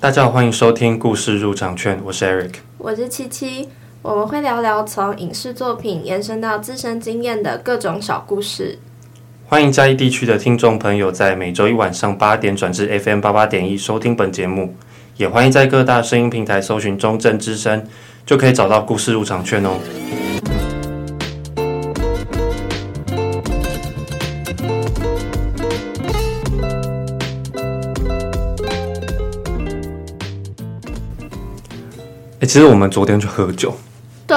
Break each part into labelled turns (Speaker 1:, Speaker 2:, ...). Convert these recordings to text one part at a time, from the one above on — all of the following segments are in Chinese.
Speaker 1: 大家好，欢迎收听故事入场券，我是 Eric。
Speaker 2: 我是七七，我们会聊聊从影视作品延伸到自身经验的各种小故事。
Speaker 1: 欢迎嘉义地区的听众朋友在每周一晚上八点转至 FM 八八点一收听本节目，也欢迎在各大声音平台搜寻中正之声，就可以找到故事入场券哦。哎、其实我们昨天去喝酒，
Speaker 2: 对，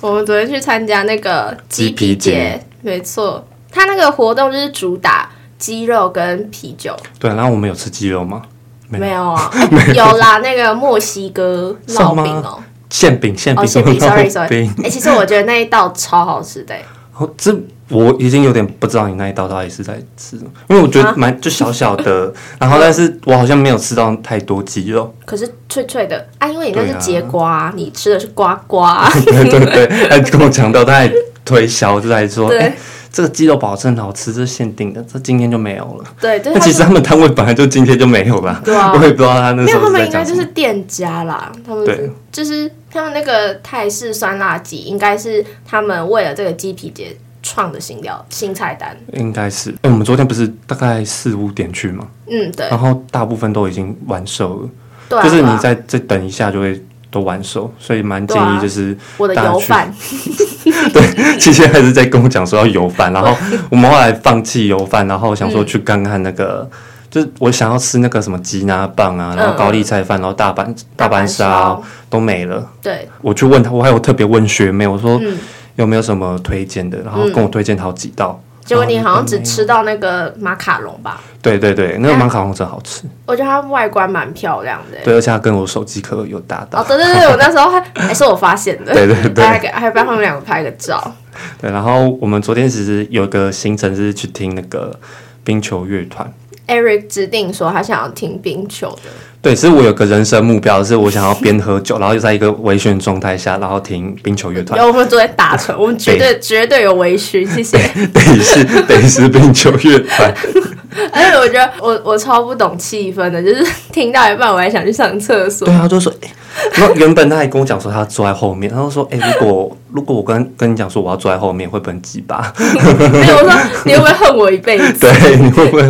Speaker 2: 我们昨天去参加那个
Speaker 1: 鸡皮节，
Speaker 2: 没错，它那个活动就是主打鸡肉跟啤酒，
Speaker 1: 对，然后我们有吃鸡肉吗？ 没有
Speaker 2: 没有啊，有啦，那个墨西哥烙饼 哦、
Speaker 1: 馅饼， 馅饼，
Speaker 2: 哦，馅饼
Speaker 1: 什么
Speaker 2: ，sorry
Speaker 1: 烙饼
Speaker 2: sorry，哎、其实我觉得那一道超好吃的、欸
Speaker 1: 哦，这我已经有点不知道你那一道到底是在吃什么，因为我觉
Speaker 2: 啊
Speaker 1: 得蛮就小小 的，然后但是我好像没有吃到太多鸡肉，
Speaker 2: 可是脆脆的啊，因为你那
Speaker 1: 对
Speaker 2: 是
Speaker 1: 啊
Speaker 2: 节瓜、你吃的是瓜 瓜，
Speaker 1: 对对对，他跟我强调，他还推销，就在说，
Speaker 2: 对
Speaker 1: 哎、这个鸡肉保证好吃，这是限定的，这今天就没有了。
Speaker 2: 对，就是
Speaker 1: 那
Speaker 2: 它
Speaker 1: 其实他们摊位本来就今天就没有了，
Speaker 2: 对啊
Speaker 1: 我也不知道他那
Speaker 2: 没
Speaker 1: 时
Speaker 2: 有，
Speaker 1: 候是
Speaker 2: 他们
Speaker 1: 在
Speaker 2: 应该
Speaker 1: 讲
Speaker 2: 就
Speaker 1: 什么
Speaker 2: 是。店家啦，他们
Speaker 1: 对
Speaker 2: 是就是他们那个泰式酸辣鸡，应该是他们为了这个鸡皮节创的新料新菜单。
Speaker 1: 应该是，哎、我们昨天不是大概四五点去嘛，
Speaker 2: 嗯，对，
Speaker 1: 然后大部分都已经完售了，
Speaker 2: 对啊，
Speaker 1: 哦就是
Speaker 2: 对
Speaker 1: 你
Speaker 2: 啊
Speaker 1: 再再等一下就会都完售，所以蛮建
Speaker 2: 对
Speaker 1: 议
Speaker 2: 啊
Speaker 1: 就是
Speaker 2: 我的油饭，啊
Speaker 1: 之前还是在跟我讲说要油饭，然后我们后来放弃油饭，然后想说去看看那个，就是我想要吃那个什么吉拿棒
Speaker 2: 嗯
Speaker 1: 啊，然后高丽菜饭，然后大阪大阪烧
Speaker 2: 烧，
Speaker 1: 都没了。
Speaker 2: 对，
Speaker 1: 我去问他，我还有特别问学妹，我说
Speaker 2: 嗯，
Speaker 1: 有没有什么推荐的，然后跟我推荐好几道。
Speaker 2: 结果你好像只
Speaker 1: 然后
Speaker 2: 吃到那个马卡龙吧？
Speaker 1: 对对对，
Speaker 2: 哎
Speaker 1: 那个马卡龙真好吃，
Speaker 2: 我觉得它外观蛮漂亮的、
Speaker 1: 对，而且它跟我手机壳有搭到。
Speaker 2: 哦，对对对，我那时候还还是我发现的，
Speaker 1: 对对对
Speaker 2: 还给还帮他们两个拍个照，
Speaker 1: 对，然后我们昨天其实有个行程是去听那个冰球乐团。
Speaker 2: Eric 指定说他想要听冰球的，
Speaker 1: 对，其实我有个人生目标，是我想要边喝酒，然后又在一个微醺状态下，然后听冰球乐 团，
Speaker 2: 有我们昨天达成，我们绝对绝对有微醺，谢谢。
Speaker 1: 得是得是冰球乐团。
Speaker 2: 而且我觉得我我超不懂气氛的，就是 听到一半我还想去上厕所
Speaker 1: 对。啊，就说，诶然后原本他还跟我讲说他坐在后面，然后说，哎、如果如果我跟跟你讲说我要坐在后面，会不会很鸡巴？
Speaker 2: 没有，我说你会不会恨我一辈子？
Speaker 1: 对，你会不会？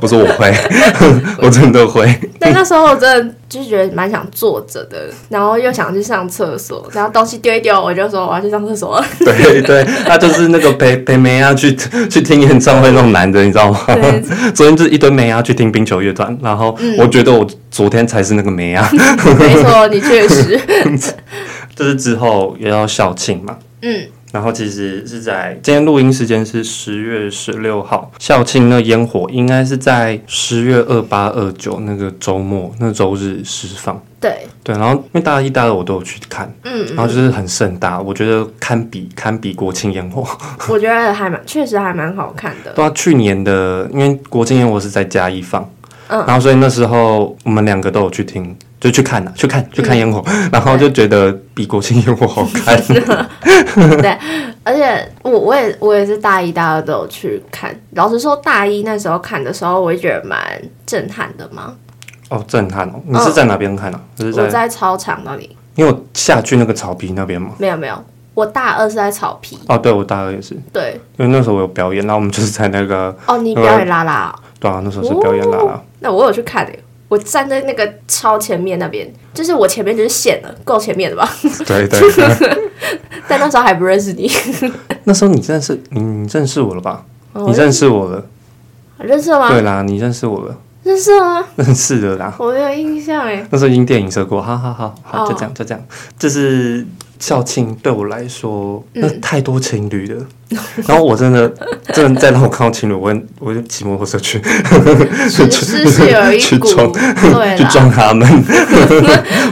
Speaker 1: 我说我会， 我真的会。
Speaker 2: 但那时候我真的就觉得蛮想坐着的，然后又想去上厕所，然后东西丢一丢，我就说我要去上厕所了。
Speaker 1: 对对，他就是那个陪陪梅亚去去听演唱会那种男的，你知道吗？
Speaker 2: 对
Speaker 1: 昨天就是一堆梅亚去听冰球乐团，然后
Speaker 2: 嗯
Speaker 1: 我觉得我昨天才是那个梅 亚。
Speaker 2: 没错，你确实，
Speaker 1: 就是之后也要校庆嘛，
Speaker 2: 嗯，
Speaker 1: 然后其实是在今天录音时间是十月十六号，校庆那烟火应该是在十月二八二九那个周末那周日释放。
Speaker 2: 对，
Speaker 1: 对，然后因为大一、大二我都有去看，
Speaker 2: 嗯，
Speaker 1: 然后就是很盛大，我觉得堪比堪比国庆烟火。
Speaker 2: 我觉得还蛮，确实还蛮好看的。
Speaker 1: 对啊，去年的因为国庆烟火是在嘉义放，
Speaker 2: 嗯
Speaker 1: 然后所以那时候我们两个都有去听，就去看了、啊去看去看烟火，
Speaker 2: 嗯
Speaker 1: 然后就觉得比国庆烟火好看。
Speaker 2: 而且我我也我也是大一大二都有去看。老实说，大一那时候看的时候，我也觉得蛮震撼的嘛。
Speaker 1: 哦，震撼哦！你是在哪边看啊？就是
Speaker 2: 嗯我
Speaker 1: 在
Speaker 2: 在操场那里，
Speaker 1: 你有下去那个草皮那边吗？
Speaker 2: 没有没有，我大二是在草皮。
Speaker 1: 哦，对，我大二也是，
Speaker 2: 对，
Speaker 1: 因为那时候我有表演，然后我们就是在那个，
Speaker 2: 哦，你表演啦啦哦、
Speaker 1: 对啊，那时候是表演啦啦。
Speaker 2: 那我有去看诶、欸我站在那个超前面那边，就是我前面就是线了，够前面的吧？
Speaker 1: 对对对，
Speaker 2: 但那时候还不认识你，
Speaker 1: 那时候你认识你你认识我了吧？你认识我了，
Speaker 2: 哦认识了吗？
Speaker 1: 对啦，你认识我了，
Speaker 2: 认识了吗？
Speaker 1: 认识了啦。
Speaker 2: 我没有印象欸诶、
Speaker 1: 那时候已经电影社过，好好好好，
Speaker 2: 哦
Speaker 1: 就这样就这样。就是校庆对我来说，
Speaker 2: 嗯
Speaker 1: 那太多情侣了。然后我真的 真的再让我看到情侣，我会我就骑摩托车 去
Speaker 2: 是是是有
Speaker 1: 去
Speaker 2: 一股
Speaker 1: 撞
Speaker 2: 对
Speaker 1: 去
Speaker 2: 啦，
Speaker 1: 撞他们，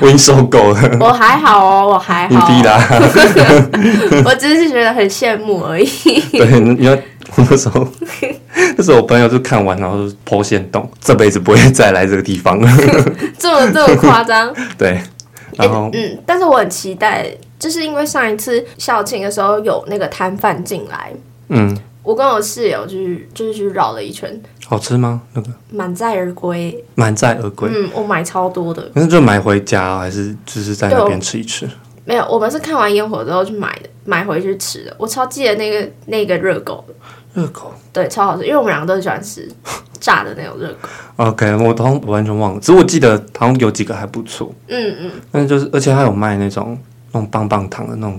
Speaker 1: 我已经受够了，
Speaker 2: 我还好哦，我还
Speaker 1: 你
Speaker 2: 好
Speaker 1: 逼
Speaker 2: 哦、
Speaker 1: 啦。
Speaker 2: 我只是觉得很羡慕而已。
Speaker 1: 对，你要我那时候，那时候我朋友就看完，然后就剖线洞，这辈子不会再来这个地方了。
Speaker 2: 这么这么夸张？
Speaker 1: 对，然后、
Speaker 2: 嗯，但是我很期待，就是因为上一次校庆的时候有那个摊贩进来，
Speaker 1: 嗯，
Speaker 2: 我跟我室友就是就是去绕了一圈，
Speaker 1: 好吃吗？那个
Speaker 2: 满载而归。
Speaker 1: 满载而归，
Speaker 2: 嗯，我买超多的，
Speaker 1: 那就买回家还是就是在那
Speaker 2: 对
Speaker 1: 边吃一吃？
Speaker 2: 没有，我们是看完烟火之后去买的，买回去吃的。我超记得那个那个热狗的，
Speaker 1: 热狗。
Speaker 2: 对，超好吃，因为我们两个都很喜欢吃炸的那种热狗。
Speaker 1: OK，我好像我完全忘了，只是我记得好像有几个还不错，
Speaker 2: 嗯嗯，
Speaker 1: 但是就是而且还有卖那种那种棒棒糖的那种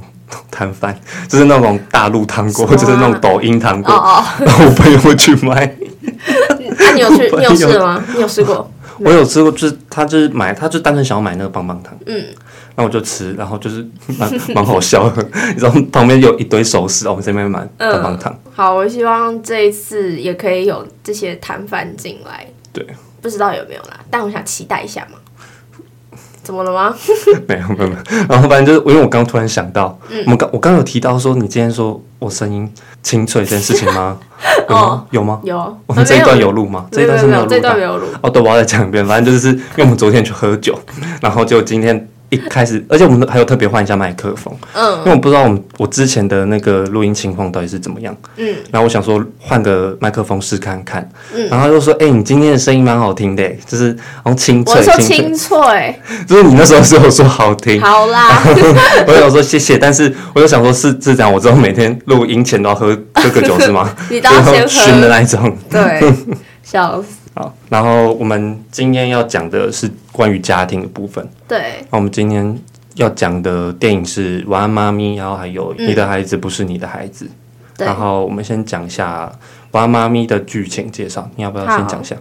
Speaker 1: 摊贩，就是那种大陆糖果，
Speaker 2: 什么啊
Speaker 1: 就是那种抖音糖
Speaker 2: 哦
Speaker 1: 果，
Speaker 2: 哦，
Speaker 1: 然后我朋友会去买。
Speaker 2: 那、嗯啊你有 去？你有试吗？你有试过？
Speaker 1: 我有吃过，就是他就是买，他就单纯想要买那个棒棒糖，
Speaker 2: 嗯，
Speaker 1: 那我就吃，然后就是蛮蛮好笑的， 你知道旁边有一堆熟食，哦我们这边买
Speaker 2: 嗯
Speaker 1: 棒棒糖，
Speaker 2: 好，我希望这一次也可以有这些摊贩进来。
Speaker 1: 对，
Speaker 2: 不知道有没有啦，但我想期待一下嘛。怎么了吗？
Speaker 1: 没有没有没有，然后反正就是因为我刚突然想到，
Speaker 2: 嗯
Speaker 1: 我们刚我刚有提到说你今天说我声音清脆这件事情 吗？有吗？有吗？
Speaker 2: 有，
Speaker 1: 我们这一
Speaker 2: 哦没
Speaker 1: 段
Speaker 2: 有
Speaker 1: 有录吗？
Speaker 2: 没
Speaker 1: 一
Speaker 2: 有
Speaker 1: 段是
Speaker 2: 没有没
Speaker 1: 有
Speaker 2: 有，这
Speaker 1: 录
Speaker 2: 一段
Speaker 1: 到
Speaker 2: 没。有录。
Speaker 1: 哦，对，我要再讲一遍，反正就是因为我们昨天去喝酒，然后就今天一开始，而且我们还有特别换一下麦克风，因
Speaker 2: 嗯
Speaker 1: 为我不知道我们我之前的那个录音情况到底是怎么样。
Speaker 2: 嗯，
Speaker 1: 然后我想说换个麦克风试看看，
Speaker 2: 嗯
Speaker 1: 然后他就说：“哎、你今天的声音蛮好听的，就是然后清
Speaker 2: 我
Speaker 1: 脆
Speaker 2: 是说
Speaker 1: 清
Speaker 2: 清脆，
Speaker 1: 脆，就是你那时候是有说好听，
Speaker 2: 好啦，
Speaker 1: 我想说谢谢，但是我就想说是是这样，我之后每天录音前都要喝喝个酒是 吗？
Speaker 2: 你
Speaker 1: 就
Speaker 2: 当
Speaker 1: 是
Speaker 2: 先
Speaker 1: 要熏的
Speaker 2: 喝，
Speaker 1: 那一种。
Speaker 2: 对，笑死，
Speaker 1: 好，然后我们今天要讲的是关于家庭的部分。
Speaker 2: 对，
Speaker 1: 那我们今天要讲的电影是《晚安妈咪》，然后还有《
Speaker 2: 嗯
Speaker 1: 你的孩子不是你的孩子》
Speaker 2: 对
Speaker 1: 然后我们先讲一下《晚安妈咪》的剧情介绍，你要不要先讲一下？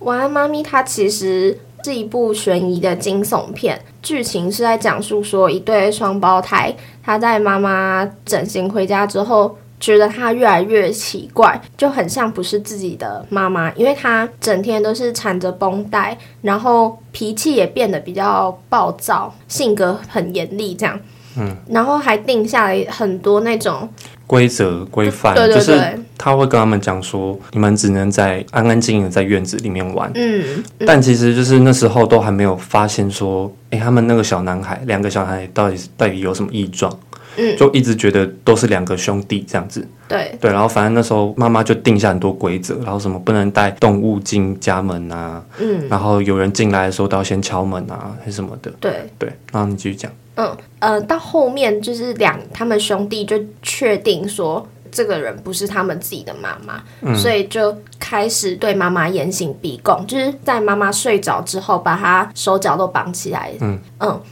Speaker 2: 晚安，妈咪。它其实是一部悬疑的惊悚片，剧情是在讲述说一对双胞胎，他在妈妈整形回家之后。觉得他越来越奇怪，就很像不是自己的妈妈，因为他整天都是缠着绷带，然后脾气也变得比较暴躁，性格很严厉这样。嗯，然后还定下来很多那种
Speaker 1: 规则规范
Speaker 2: 对对
Speaker 1: 就
Speaker 2: 对，
Speaker 1: 是他会跟他们讲说，你们只能在安安静静的在院子里面玩。
Speaker 2: 嗯，
Speaker 1: 但其实就是那时候都还没有发现说，哎、他们那个小男孩，两个小男孩到底是到底有什么异状？
Speaker 2: 嗯
Speaker 1: 就一直觉得都是两个兄弟这样子。
Speaker 2: 对，
Speaker 1: 对，然后反正那时候妈妈就定下很多规则，然后什么不能带动物进家门啊，
Speaker 2: 嗯，
Speaker 1: 然后有人进来的时候都要先敲门啊，还是什么的。
Speaker 2: 对，
Speaker 1: 对，然后你继续讲。
Speaker 2: 嗯，呃，到后面就是两他们兄弟就确定说这个人不是他们自己的妈妈，所以就开始对妈妈严刑逼供，就是在妈妈睡着之后把她手脚都绑起来。嗯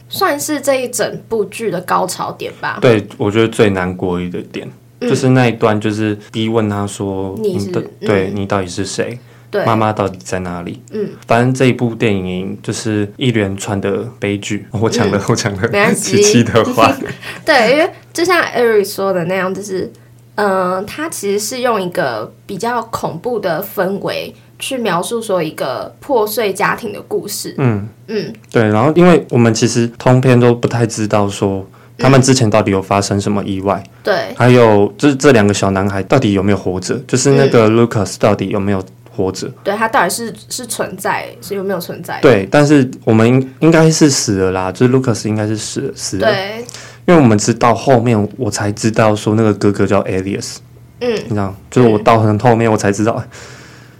Speaker 2: 算是这一整部剧的高潮点吧。
Speaker 1: 对，我觉得最难过的点、就是那一段，就是逼问他说：“
Speaker 2: 嗯你是
Speaker 1: 的，
Speaker 2: 嗯
Speaker 1: 对你到底是谁？
Speaker 2: 对
Speaker 1: 妈妈到底在哪里？”
Speaker 2: 嗯，
Speaker 1: 反正这一部电影就是一连串的悲剧。哦我讲了，我讲
Speaker 2: 嗯没
Speaker 1: 了
Speaker 2: 关
Speaker 1: 琪 琪
Speaker 2: 系
Speaker 1: 的 话，
Speaker 2: 对，因为就像 Eric 说的那样，就是，嗯、他其实是用一个比较恐怖的氛围去描述说一个破碎家庭的故事。
Speaker 1: 嗯。
Speaker 2: 嗯，
Speaker 1: 对，然后因为我们其实通篇都不太知道说他们之前到底有发生什么意外，
Speaker 2: 对，
Speaker 1: 还有就是这两个小男孩到底有没有活
Speaker 2: 嗯
Speaker 1: 着，就是那个 Lucas 到底有没有活着？
Speaker 2: 对，它到底是是存在，是有没有存在？
Speaker 1: 对，但是我们应应该是死了啦，就是 Lucas 应该是死了死了，
Speaker 2: 对，
Speaker 1: 因为我们直到后面我才知道说那个哥哥叫 Elias，
Speaker 2: 嗯，
Speaker 1: 你知道，就是我到很后面我才知道，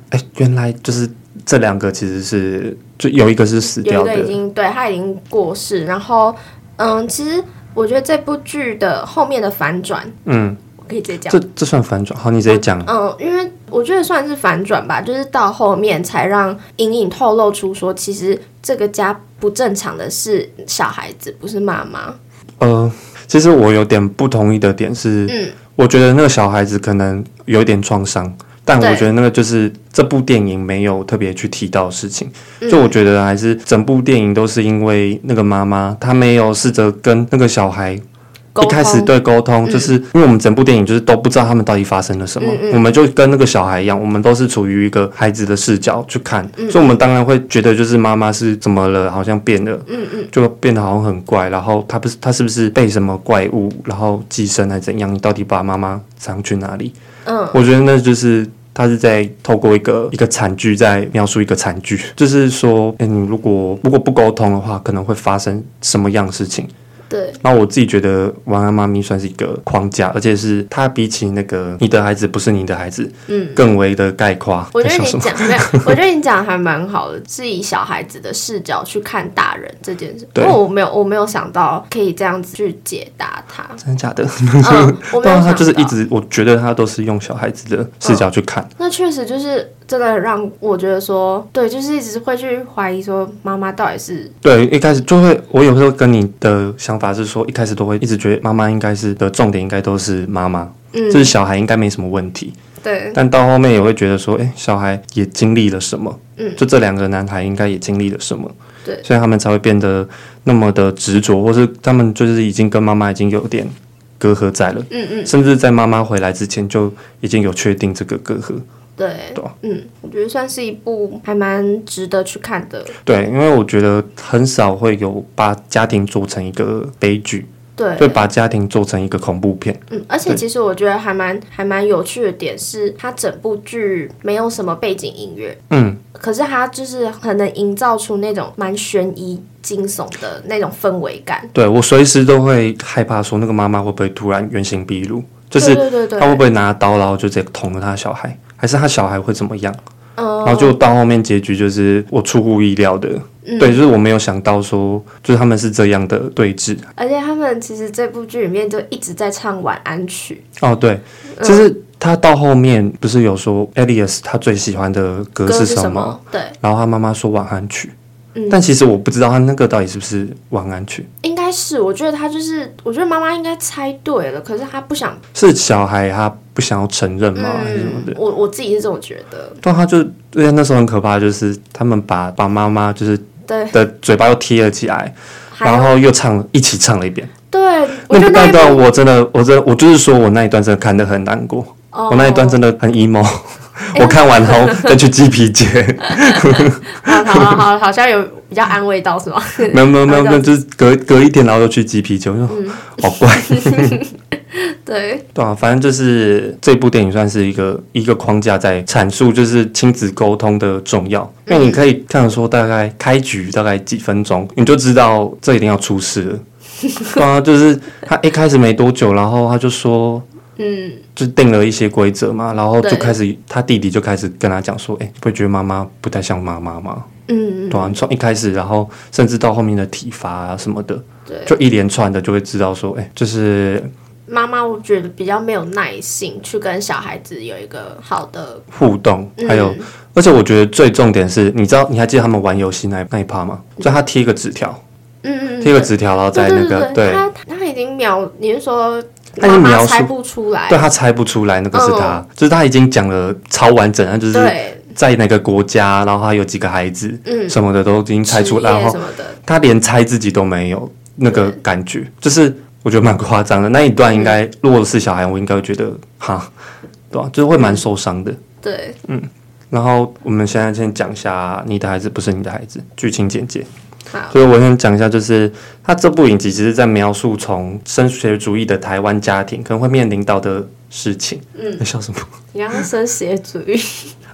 Speaker 1: 哎、原来就是这两个其实是就有一个是死
Speaker 2: 有
Speaker 1: 掉
Speaker 2: 一个已
Speaker 1: 的，
Speaker 2: 经对他已经过世，然后嗯，其实我觉得这部剧的后面的反转，
Speaker 1: 嗯，
Speaker 2: 我可以直接讲
Speaker 1: 这，这算反转，好，你直接讲，
Speaker 2: 嗯，因为我觉得算是反转吧，就是到后面才让隐隐透露出说，其实这个家不正常的是小孩子，不是妈妈。
Speaker 1: 呃，其实我有点不同意的点是，
Speaker 2: 哦嗯
Speaker 1: 我觉得那个小孩子可能有一点创伤，但我
Speaker 2: 对
Speaker 1: 觉得那个就是这部电影没有特别去提到的事情。
Speaker 2: 嗯
Speaker 1: 就我觉得还是整部电影都是因为那个妈妈她没有试着跟那个小孩。
Speaker 2: 沟
Speaker 1: 一开始
Speaker 2: 通嗯
Speaker 1: 对沟通，就是因为我们整部电影就是都不知道他们到底发生了什么，
Speaker 2: 嗯
Speaker 1: 我们就跟那个小孩一样，我们都是处于一个孩子的视角去看，
Speaker 2: 嗯
Speaker 1: 所以我们当然会觉得就是妈妈是怎么了，好像变了，
Speaker 2: 嗯嗯，
Speaker 1: 就变得好像很怪，然后他不是他是不是被什么怪物然后寄生还是怎样？你到底把妈妈藏去哪里？
Speaker 2: 嗯，
Speaker 1: 我觉得那就是他是在透过一个一个惨剧在描述一个惨剧，就是说，哎、你如果如果不沟通的话，可能会发生什么样的事情？
Speaker 2: 对，
Speaker 1: 那我自己觉得《晚安妈咪》算是一个框架，而且是它比起那个《你的孩子不是你的孩子》，
Speaker 2: 嗯，
Speaker 1: 更为的概括。
Speaker 2: 我觉
Speaker 1: 在想
Speaker 2: 得你
Speaker 1: 什么
Speaker 2: 讲没有， 我觉得你讲得还蛮好的，是以小孩子的视角去看大人这件事。因
Speaker 1: 对
Speaker 2: 为我没有，我没有想到可以这样子去解答 它。
Speaker 1: 真的假的？
Speaker 2: 嗯，我没
Speaker 1: 对
Speaker 2: 有
Speaker 1: 啊，
Speaker 2: 想
Speaker 1: 他就是
Speaker 2: 到嗯
Speaker 1: 一直，我觉得他都是用小孩子的视角去看。
Speaker 2: 那确实就是真的让我觉得说，对，就是一直会去怀疑说妈妈到底是
Speaker 1: 对，一开始就会，我有时候跟你的想法是说，一开始都会一直觉得妈妈应该是的重点应该都是妈妈，
Speaker 2: 嗯
Speaker 1: 就是小孩应该没什么问题。
Speaker 2: 对
Speaker 1: 但到后面也会觉得说，哎、小孩也经历了什么？
Speaker 2: 嗯
Speaker 1: 就这两个男孩应该也经历了什么？
Speaker 2: 对
Speaker 1: 所以他们才会变得那么的执着，或是他们就是已经跟妈妈已经有点隔阂在了，
Speaker 2: 嗯嗯
Speaker 1: 甚至在妈妈回来之前就已经有确定这个隔阂。
Speaker 2: 对
Speaker 1: 对啊
Speaker 2: 嗯，我觉得算是一部还蛮值得去看的。
Speaker 1: 对，因为我觉得很少会有把家庭做成一个悲剧，
Speaker 2: 对，
Speaker 1: 会把家庭做成一个恐怖片。
Speaker 2: 嗯，而且
Speaker 1: 对
Speaker 2: 其实我觉得还蛮还蛮有趣的点是，它整部剧没有什么背景音乐，
Speaker 1: 嗯，
Speaker 2: 可是它就是很能营造出那种蛮悬疑惊悚的那种氛围感。
Speaker 1: 对我随时都会害怕说那个妈妈会不会突然原形毕露，就是
Speaker 2: 对对对
Speaker 1: 她会
Speaker 2: 对，
Speaker 1: 不会拿刀然后就直接捅了她的小孩，还是她小孩会怎么样？
Speaker 2: 嗯
Speaker 1: 然后就到后面结局就是我出乎意料的，
Speaker 2: 嗯
Speaker 1: 对，就是我没有想到说就是他们是这样的对峙。
Speaker 2: 而且他们其实这部剧里面就一直在唱晚安曲，
Speaker 1: 哦，对，
Speaker 2: 嗯
Speaker 1: 就是他到后面不是有说 Elias 他最喜欢的歌
Speaker 2: 歌
Speaker 1: 是
Speaker 2: 是
Speaker 1: 什么？
Speaker 2: 么？对，
Speaker 1: 然后他妈妈说晚安曲，
Speaker 2: 嗯
Speaker 1: 但其实我不知道他那个到底是不是晚安曲，
Speaker 2: 应该是，我觉得他就是，我觉得妈妈应该猜对了，可是他不想，
Speaker 1: 是小孩他不想要承认吗？还是什么
Speaker 2: 嗯
Speaker 1: 的？，
Speaker 2: 我我自己是这么觉得，
Speaker 1: 但他就对那时候很可怕，就是他们把把妈妈就是
Speaker 2: 对，
Speaker 1: 的嘴巴又贴了起来，
Speaker 2: 还
Speaker 1: 然
Speaker 2: 有
Speaker 1: 后又唱了一起唱了一遍。
Speaker 2: 对，
Speaker 1: 那
Speaker 2: 我觉得
Speaker 1: 个
Speaker 2: 那
Speaker 1: 那
Speaker 2: 一部
Speaker 1: 段我真的，我真的，我就是说我那一段真的看得很难过，
Speaker 2: 哦哎
Speaker 1: 我那一段真的很 emo。我 看完后再去鸡皮 姐，
Speaker 2: 好好好好，好像有比较安慰到是吗？
Speaker 1: 没有没有没有，
Speaker 2: 好
Speaker 1: 没有就是隔隔一天然后又去鸡皮酒，就
Speaker 2: 嗯
Speaker 1: 好怪。
Speaker 2: 对，
Speaker 1: 对啊，反正就是这部电影算是一个一个框架，在阐述就是亲子沟通的重要。
Speaker 2: 嗯
Speaker 1: 因为你可以看得说，大概开局大概几分钟，你就知道这一定要出事 了。对啊，就是他一开始没多久，然后他就说。
Speaker 2: 嗯，
Speaker 1: 就定了一些规则嘛，然后就
Speaker 2: 对
Speaker 1: 开始他弟弟就开始跟他讲说，哎、不会觉得妈妈不太像妈妈吗？
Speaker 2: 嗯嗯，
Speaker 1: 对啊，从一开始，然后甚至到后面的体罚啊什么的，
Speaker 2: 对，
Speaker 1: 就一连串的就会知道说，哎、就是
Speaker 2: 妈妈我觉得比较没有耐性去跟小孩子有一个好的，
Speaker 1: 互动，
Speaker 2: 嗯、
Speaker 1: 还有，而且我觉得最重点是，你知道，你还记得他们玩游戏那一那一趴吗？就他贴一个纸条，
Speaker 2: 嗯嗯，
Speaker 1: 贴一个纸条，然后
Speaker 2: 对
Speaker 1: 在
Speaker 2: 对
Speaker 1: 那
Speaker 2: 对
Speaker 1: 个
Speaker 2: 对他他已经描，你是说
Speaker 1: 他已
Speaker 2: 妈
Speaker 1: 经
Speaker 2: 妈
Speaker 1: 描述
Speaker 2: 猜不出来，
Speaker 1: 对他猜不出来那个是他，就是他已经讲了超完整，他就是
Speaker 2: 嗯对，
Speaker 1: 在哪个国家，然后他有几个孩子
Speaker 2: 嗯，
Speaker 1: 什么的都已经猜出，
Speaker 2: 职业
Speaker 1: 然后
Speaker 2: 什么的，
Speaker 1: 他连猜自己都没有那个感觉，就是我觉得蛮夸张的。那一
Speaker 2: 嗯
Speaker 1: 段应该，如果是小孩，我应该会觉得哈，对吧、就是会
Speaker 2: 嗯
Speaker 1: 蛮受伤的。
Speaker 2: 对，
Speaker 1: 然后我们现在先讲一下你的孩子不是你的孩子剧情简介。
Speaker 2: 好，
Speaker 1: 所以我先讲一下，就是他这部影集其实在描述从升学主义的台湾家庭可能会面临到的事情。嗯，在笑什么？
Speaker 2: 你刚刚说写主义，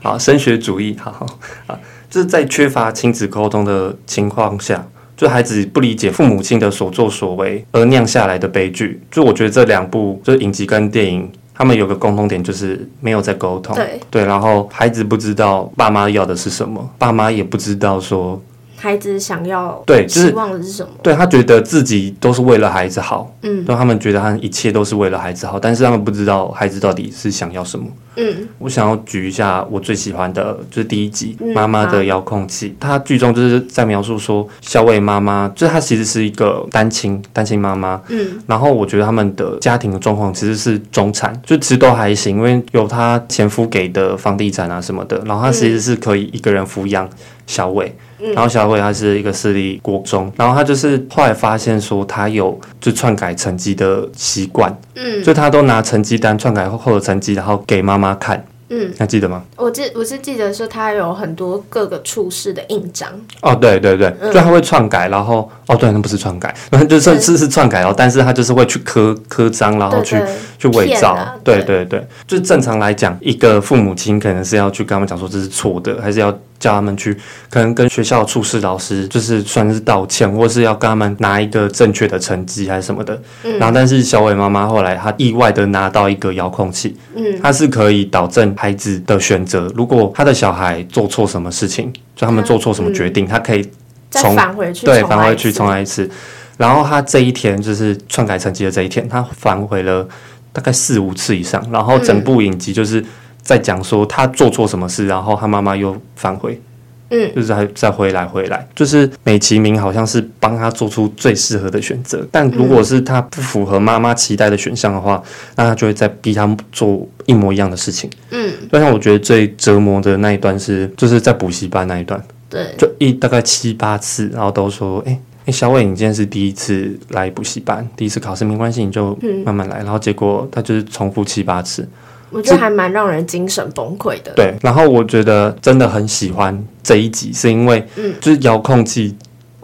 Speaker 1: 好，升学主义，好好啊，这是在缺乏亲子沟通的情况下，就孩子不理解父母亲的所作所为而酿下来的悲剧。就我觉得这两部就是影集跟电影。他们有个共同点，就是没有在沟通。
Speaker 2: 对
Speaker 1: 然后孩子不知道爸妈要的是什么，爸妈也不知道说
Speaker 2: 孩子想要
Speaker 1: 对就是
Speaker 2: 希望的是什么？
Speaker 1: 对他觉得自己都是为了孩子好，
Speaker 2: 嗯，
Speaker 1: 让他们觉得他一切都是为了孩子好，但是他们不知道孩子到底是想要什么。
Speaker 2: 嗯，
Speaker 1: 我想要举一下我最喜欢的，就是第一集
Speaker 2: 嗯
Speaker 1: 《妈妈
Speaker 2: 好
Speaker 1: 的遥控器》，它剧中就是在描述说，小伟妈妈就是她其实是一个单亲单亲妈妈，
Speaker 2: 嗯，
Speaker 1: 然后我觉得他们的家庭的状况其实是中产，就其实都还行，因为有她前夫给的房地产啊什么的，然后她其实是可以一个人抚养小伟，
Speaker 2: 嗯
Speaker 1: 然后小慧她是一个私立国中，然后她就是后来发现说她有就篡改成绩的习惯，
Speaker 2: 嗯
Speaker 1: 就她都拿成绩单篡改后的成绩，然后给妈妈看，
Speaker 2: 嗯，
Speaker 1: 还记得吗？
Speaker 2: 我记我是记得说他有很多各个处室的印章，
Speaker 1: 哦，对对对，就她会篡改，然后哦对，那不是篡改，然后就是
Speaker 2: 对
Speaker 1: 是是篡改，然后但是她就是会去刻刻章，然后
Speaker 2: 对
Speaker 1: 去
Speaker 2: 对，
Speaker 1: 去伪
Speaker 2: 骗
Speaker 1: 造，
Speaker 2: 啊
Speaker 1: 对
Speaker 2: 对
Speaker 1: 对对，就正常来讲，一个父母亲可能是要去跟他们讲说这是错的，还是要叫他们去，可能跟学校的处室老师就是算是道歉，或是要跟他们拿一个正确的成绩还是什么的。然后，但是小伟妈妈后来她意外的拿到一个遥控器，嗯，它是可以导正孩子的选择。如果他的小孩做错什么事情，就他们做错什么决定，他可以
Speaker 2: 再
Speaker 1: 从
Speaker 2: 返回去，
Speaker 1: 对返回去重。来一次。然后他这一天就是篡改成绩的这一天，他返回了大概四五次以上。然后整部影集就是在讲说他做错什么事，然后他妈妈又返回，
Speaker 2: 嗯，
Speaker 1: 就是再再回来回来。就是美其名好像是帮他做出最适合的选择，但如果是他不符合妈妈期待的选项的话，那他就会再逼他做一模一样的事情。
Speaker 2: 嗯，
Speaker 1: 就像我觉得最折磨的那一段是，就是在补习班那一段。
Speaker 2: 对，
Speaker 1: 就一大概七八次，然后都说，哎、哎、小伟，你今天是第一次来补习班，第一次考试没关系，你就
Speaker 2: 嗯
Speaker 1: 慢慢来。然后结果他就是重复七八次，
Speaker 2: 我觉得还蛮让人精神崩溃的。
Speaker 1: 对。然后我觉得真的很喜欢这一集，是因为
Speaker 2: 嗯
Speaker 1: 就是遥控器。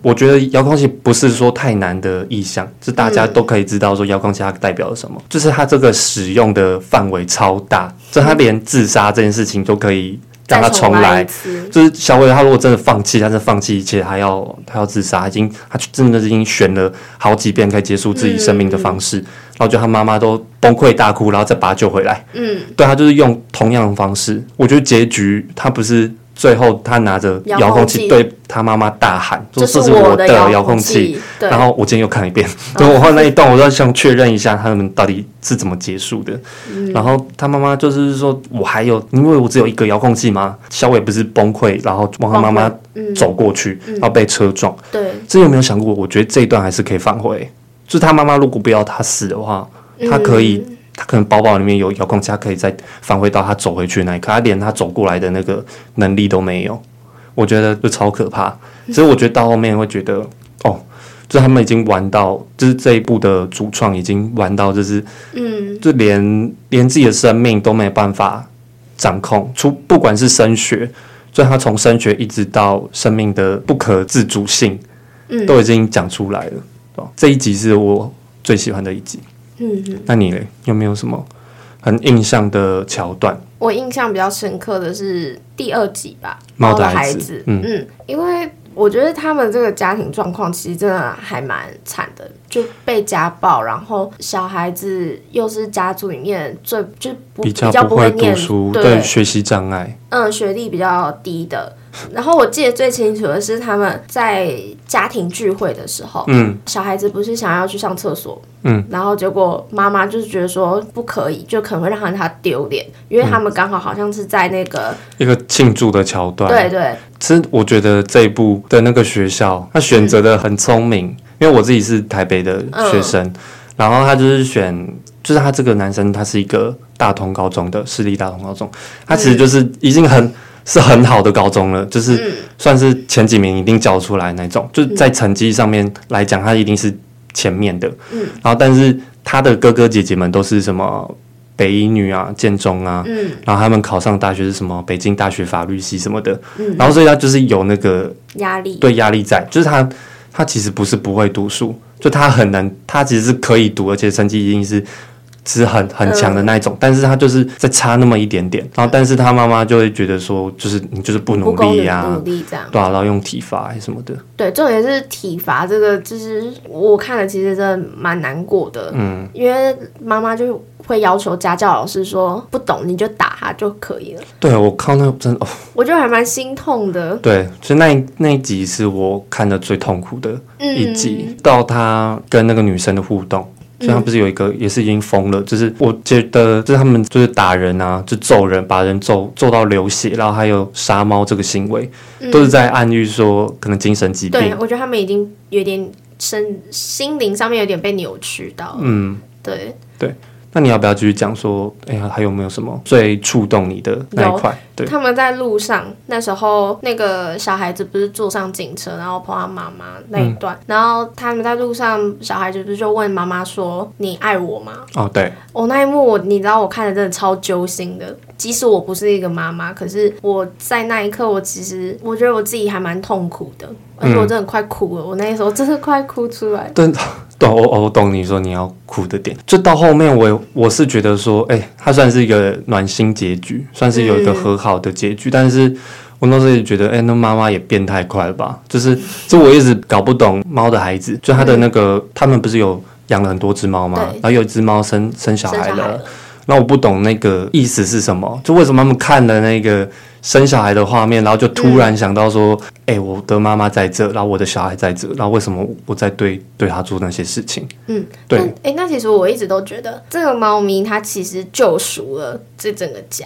Speaker 1: 我觉得遥控器不是说太难的意象，是大家都可以知道说遥控器它代表了什么，
Speaker 2: 嗯
Speaker 1: 就是它这个使用的范围超大，就它连自杀这件事情都可以让它
Speaker 2: 再重
Speaker 1: 重来
Speaker 2: 一，次，
Speaker 1: 就是小伟，他如果真的放弃，他是放弃一切，他要他要自杀，已经他真的是已经选了好几遍可以结束自己生命的方式，然后就他妈妈都崩溃大哭，然后再把他救回来。
Speaker 2: 嗯，
Speaker 1: 对他就是用同样的方式，我觉得结局他不是最后他拿着
Speaker 2: 遥控
Speaker 1: 遥控
Speaker 2: 器
Speaker 1: 器对他妈妈大喊，说
Speaker 2: 这
Speaker 1: 这
Speaker 2: 是
Speaker 1: 是我
Speaker 2: 的
Speaker 1: 遥
Speaker 2: 控
Speaker 1: 控器。，
Speaker 2: 对，嗯
Speaker 1: 然后我今天又看一遍，对我后来那一段，我都想确认一下他们到底是怎么结束的。
Speaker 2: 嗯
Speaker 1: 然后他妈妈就是说，我还有，因为我只有一个遥控器嘛。小伟不是崩溃，然后往他妈妈
Speaker 2: 嗯，
Speaker 1: 走过去，然后被车撞。
Speaker 2: 对，
Speaker 1: 这有没有想过？我觉得这一段还是可以返回。就是他妈妈如果不要他死的话，他可以，他可能包包里面有遥控器，他可以再返回到他走回去的那一刻，他连他走过来的那个能力都没有，我觉得就超可怕。所以我觉得到后面会觉得，哦，就是他们已经玩到，就是这一部的主创已经玩到，就是
Speaker 2: 嗯，
Speaker 1: 就连连自己的生命都没办法掌控，出不管是升学，所以他从升学一直到生命的不可自主性，
Speaker 2: 嗯
Speaker 1: 都已经讲出来了。哦，这一集是我最喜欢的一集。
Speaker 2: 嗯，
Speaker 1: 那你嘞，有没有什么很印象的桥段？
Speaker 2: 我印象比较深刻的是第二集吧，
Speaker 1: 猫
Speaker 2: 的
Speaker 1: 的
Speaker 2: 孩
Speaker 1: 孩子嗯
Speaker 2: 因为我觉得他们这个家庭状况其实真的还蛮惨的，就被家暴，然后小孩子又是家族里面最就不
Speaker 1: 比较
Speaker 2: 较
Speaker 1: 不
Speaker 2: 会
Speaker 1: 会读
Speaker 2: 念
Speaker 1: 书，
Speaker 2: 对
Speaker 1: 对学习障碍，
Speaker 2: 嗯，学历比较低的。然后我记得最清楚的是他们在家庭聚会的时候，
Speaker 1: 嗯，
Speaker 2: 小孩子不是想要去上厕所，
Speaker 1: 嗯，
Speaker 2: 然后结果妈妈就是觉得说不可以，就可能会让他丢脸，因为他们刚好好像是在那个，
Speaker 1: 一个庆祝的桥段。
Speaker 2: 对对，
Speaker 1: 其实我觉得这一部的那个学校，他选择的很聪明，因为我自己是台北的学生，然后他就是选，就是他这个男生，他是一个大同高中的私立大同高中，他其实就是已经很、是很好的高中了，就是算是前几名一定叫出来那种，就是在成绩上面来讲，他一定是前面的，然后但是他的哥哥姐姐们都是什么北一女啊、建中啊，
Speaker 2: 嗯
Speaker 1: 然后他们考上大学是什么北京大学法律系什么的，然后所以他就是有那个
Speaker 2: 压力，
Speaker 1: 对压力在，就是他他其实不是不会读书，就他很难，他其实是可以读，而且成绩一定是是很很强
Speaker 2: 嗯
Speaker 1: 的那一种，但是他就是再差那么一点点，然后但是他妈妈就会觉得说，就是你就是不
Speaker 2: 不
Speaker 1: 努
Speaker 2: 公
Speaker 1: 力
Speaker 2: 平嗯
Speaker 1: 呀、
Speaker 2: 不努力这样。
Speaker 1: 对啊，然后用体罚还是什么的，
Speaker 2: 对，重点是体罚这个，就是我看了其实真的蛮难过的，嗯，因为妈妈就会要求家教老师说不懂你就打他就可以了，
Speaker 1: 对我靠那真的哦，
Speaker 2: 我就还蛮心痛的，
Speaker 1: 对，所以那一那一集是我看的最痛苦的
Speaker 2: 嗯，嗯
Speaker 1: 一集，到他跟那个女生的互动。所以他不是有一个也是已经疯了，就是我觉得就是他们就是打人啊，就揍人，把人揍揍到流血，然后还有杀猫这个行为，都是在暗喻说可能精神疾
Speaker 2: 嗯对
Speaker 1: 病。
Speaker 2: 我觉得他们已经有点身心灵上面有点被扭曲到，嗯，对，
Speaker 1: 那你要不要继续讲说，哎呀，还有没有什么最触动你的那一块？对，
Speaker 2: 他们在路上那时候，那个小孩子不是坐上警车，然后碰到妈妈那
Speaker 1: 嗯
Speaker 2: 一段，然后他们在路上，小孩子不是就问妈妈说：“你爱我吗
Speaker 1: 哦对，？”
Speaker 2: 我、那一幕我你知道我看的真的超揪心的。即使我不是一个妈妈，可是我在那一刻，我其实我觉得我自己还蛮痛苦的，而
Speaker 1: 嗯
Speaker 2: 且我真的快哭了，我那时候真的快哭出来。
Speaker 1: 对，懂我我懂你说你要哭的点，就到后面我我是觉
Speaker 2: 嗯
Speaker 1: 得说，哎、它算是一个暖心结局，算是有一个和好的结局，但是我那时候也觉得，哎、那妈妈也变太快了吧？就是这我一直搞不懂猫的孩子，就它的那个，他们不是有养了很多只猫吗？
Speaker 2: 嗯对
Speaker 1: 然后有一只猫生生小
Speaker 2: 生
Speaker 1: 孩
Speaker 2: 小孩
Speaker 1: 了
Speaker 2: 了，
Speaker 1: 那我不懂那个意思是什么，就为什么他们看了那个生小孩的画面，然后就突然想到说，
Speaker 2: 嗯
Speaker 1: 哎、我的妈妈在这，然后我的小孩在这，然后为什么我在对对他做那些事情？
Speaker 2: 嗯，
Speaker 1: 对
Speaker 2: 那哎、诶那其实我一直都觉得这个猫咪它其实救赎了这整个家。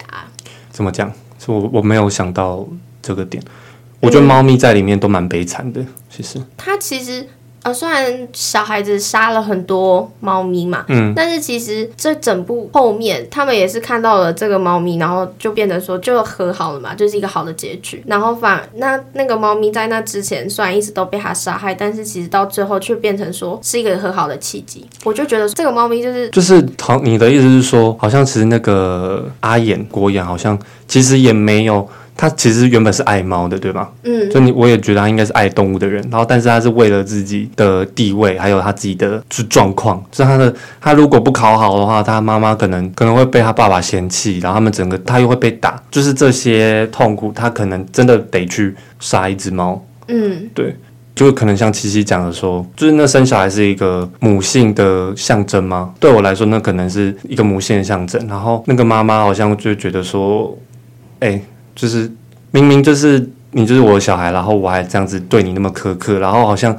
Speaker 1: 怎么讲？是我我没有想到这个点，
Speaker 2: 嗯
Speaker 1: 我觉得猫咪在里面都蛮悲惨的，其实，
Speaker 2: 它其实呃，虽然小孩子杀了很多猫咪嘛，嗯，但是其实这整部后面他们也是看到了这个猫咪，然后就变成说就和好了嘛，就是一个好的结局。然后反那那个猫咪在那之前虽然一直都被他杀害，但是其实到最后却变成说是一个和好的契机。我就觉得这个猫咪就是
Speaker 1: 就是好，你的意思是说，好像其实那个阿衍郭衍好像其实也没有。他其实原本是爱猫的，对吧？
Speaker 2: 嗯，
Speaker 1: 就你我也觉得他应该是爱动物的人，然后但是他是为了自己的地位，还有他自己的就状况，就是他的他如果不考好的话，他妈妈可能可能会被他爸爸嫌弃，然后他们整个他又会被打，就是这些痛苦，他可能真的得去杀一只猫，
Speaker 2: 嗯
Speaker 1: 就可能像七七讲的说，就是那生小孩是一个母性的象征吗？对我来说，那可能是一个母性的象征。然后那个妈妈好像就觉得说，哎、就是明明就是你就是我的小孩，然后我还这样子对你那么苛刻，然后好像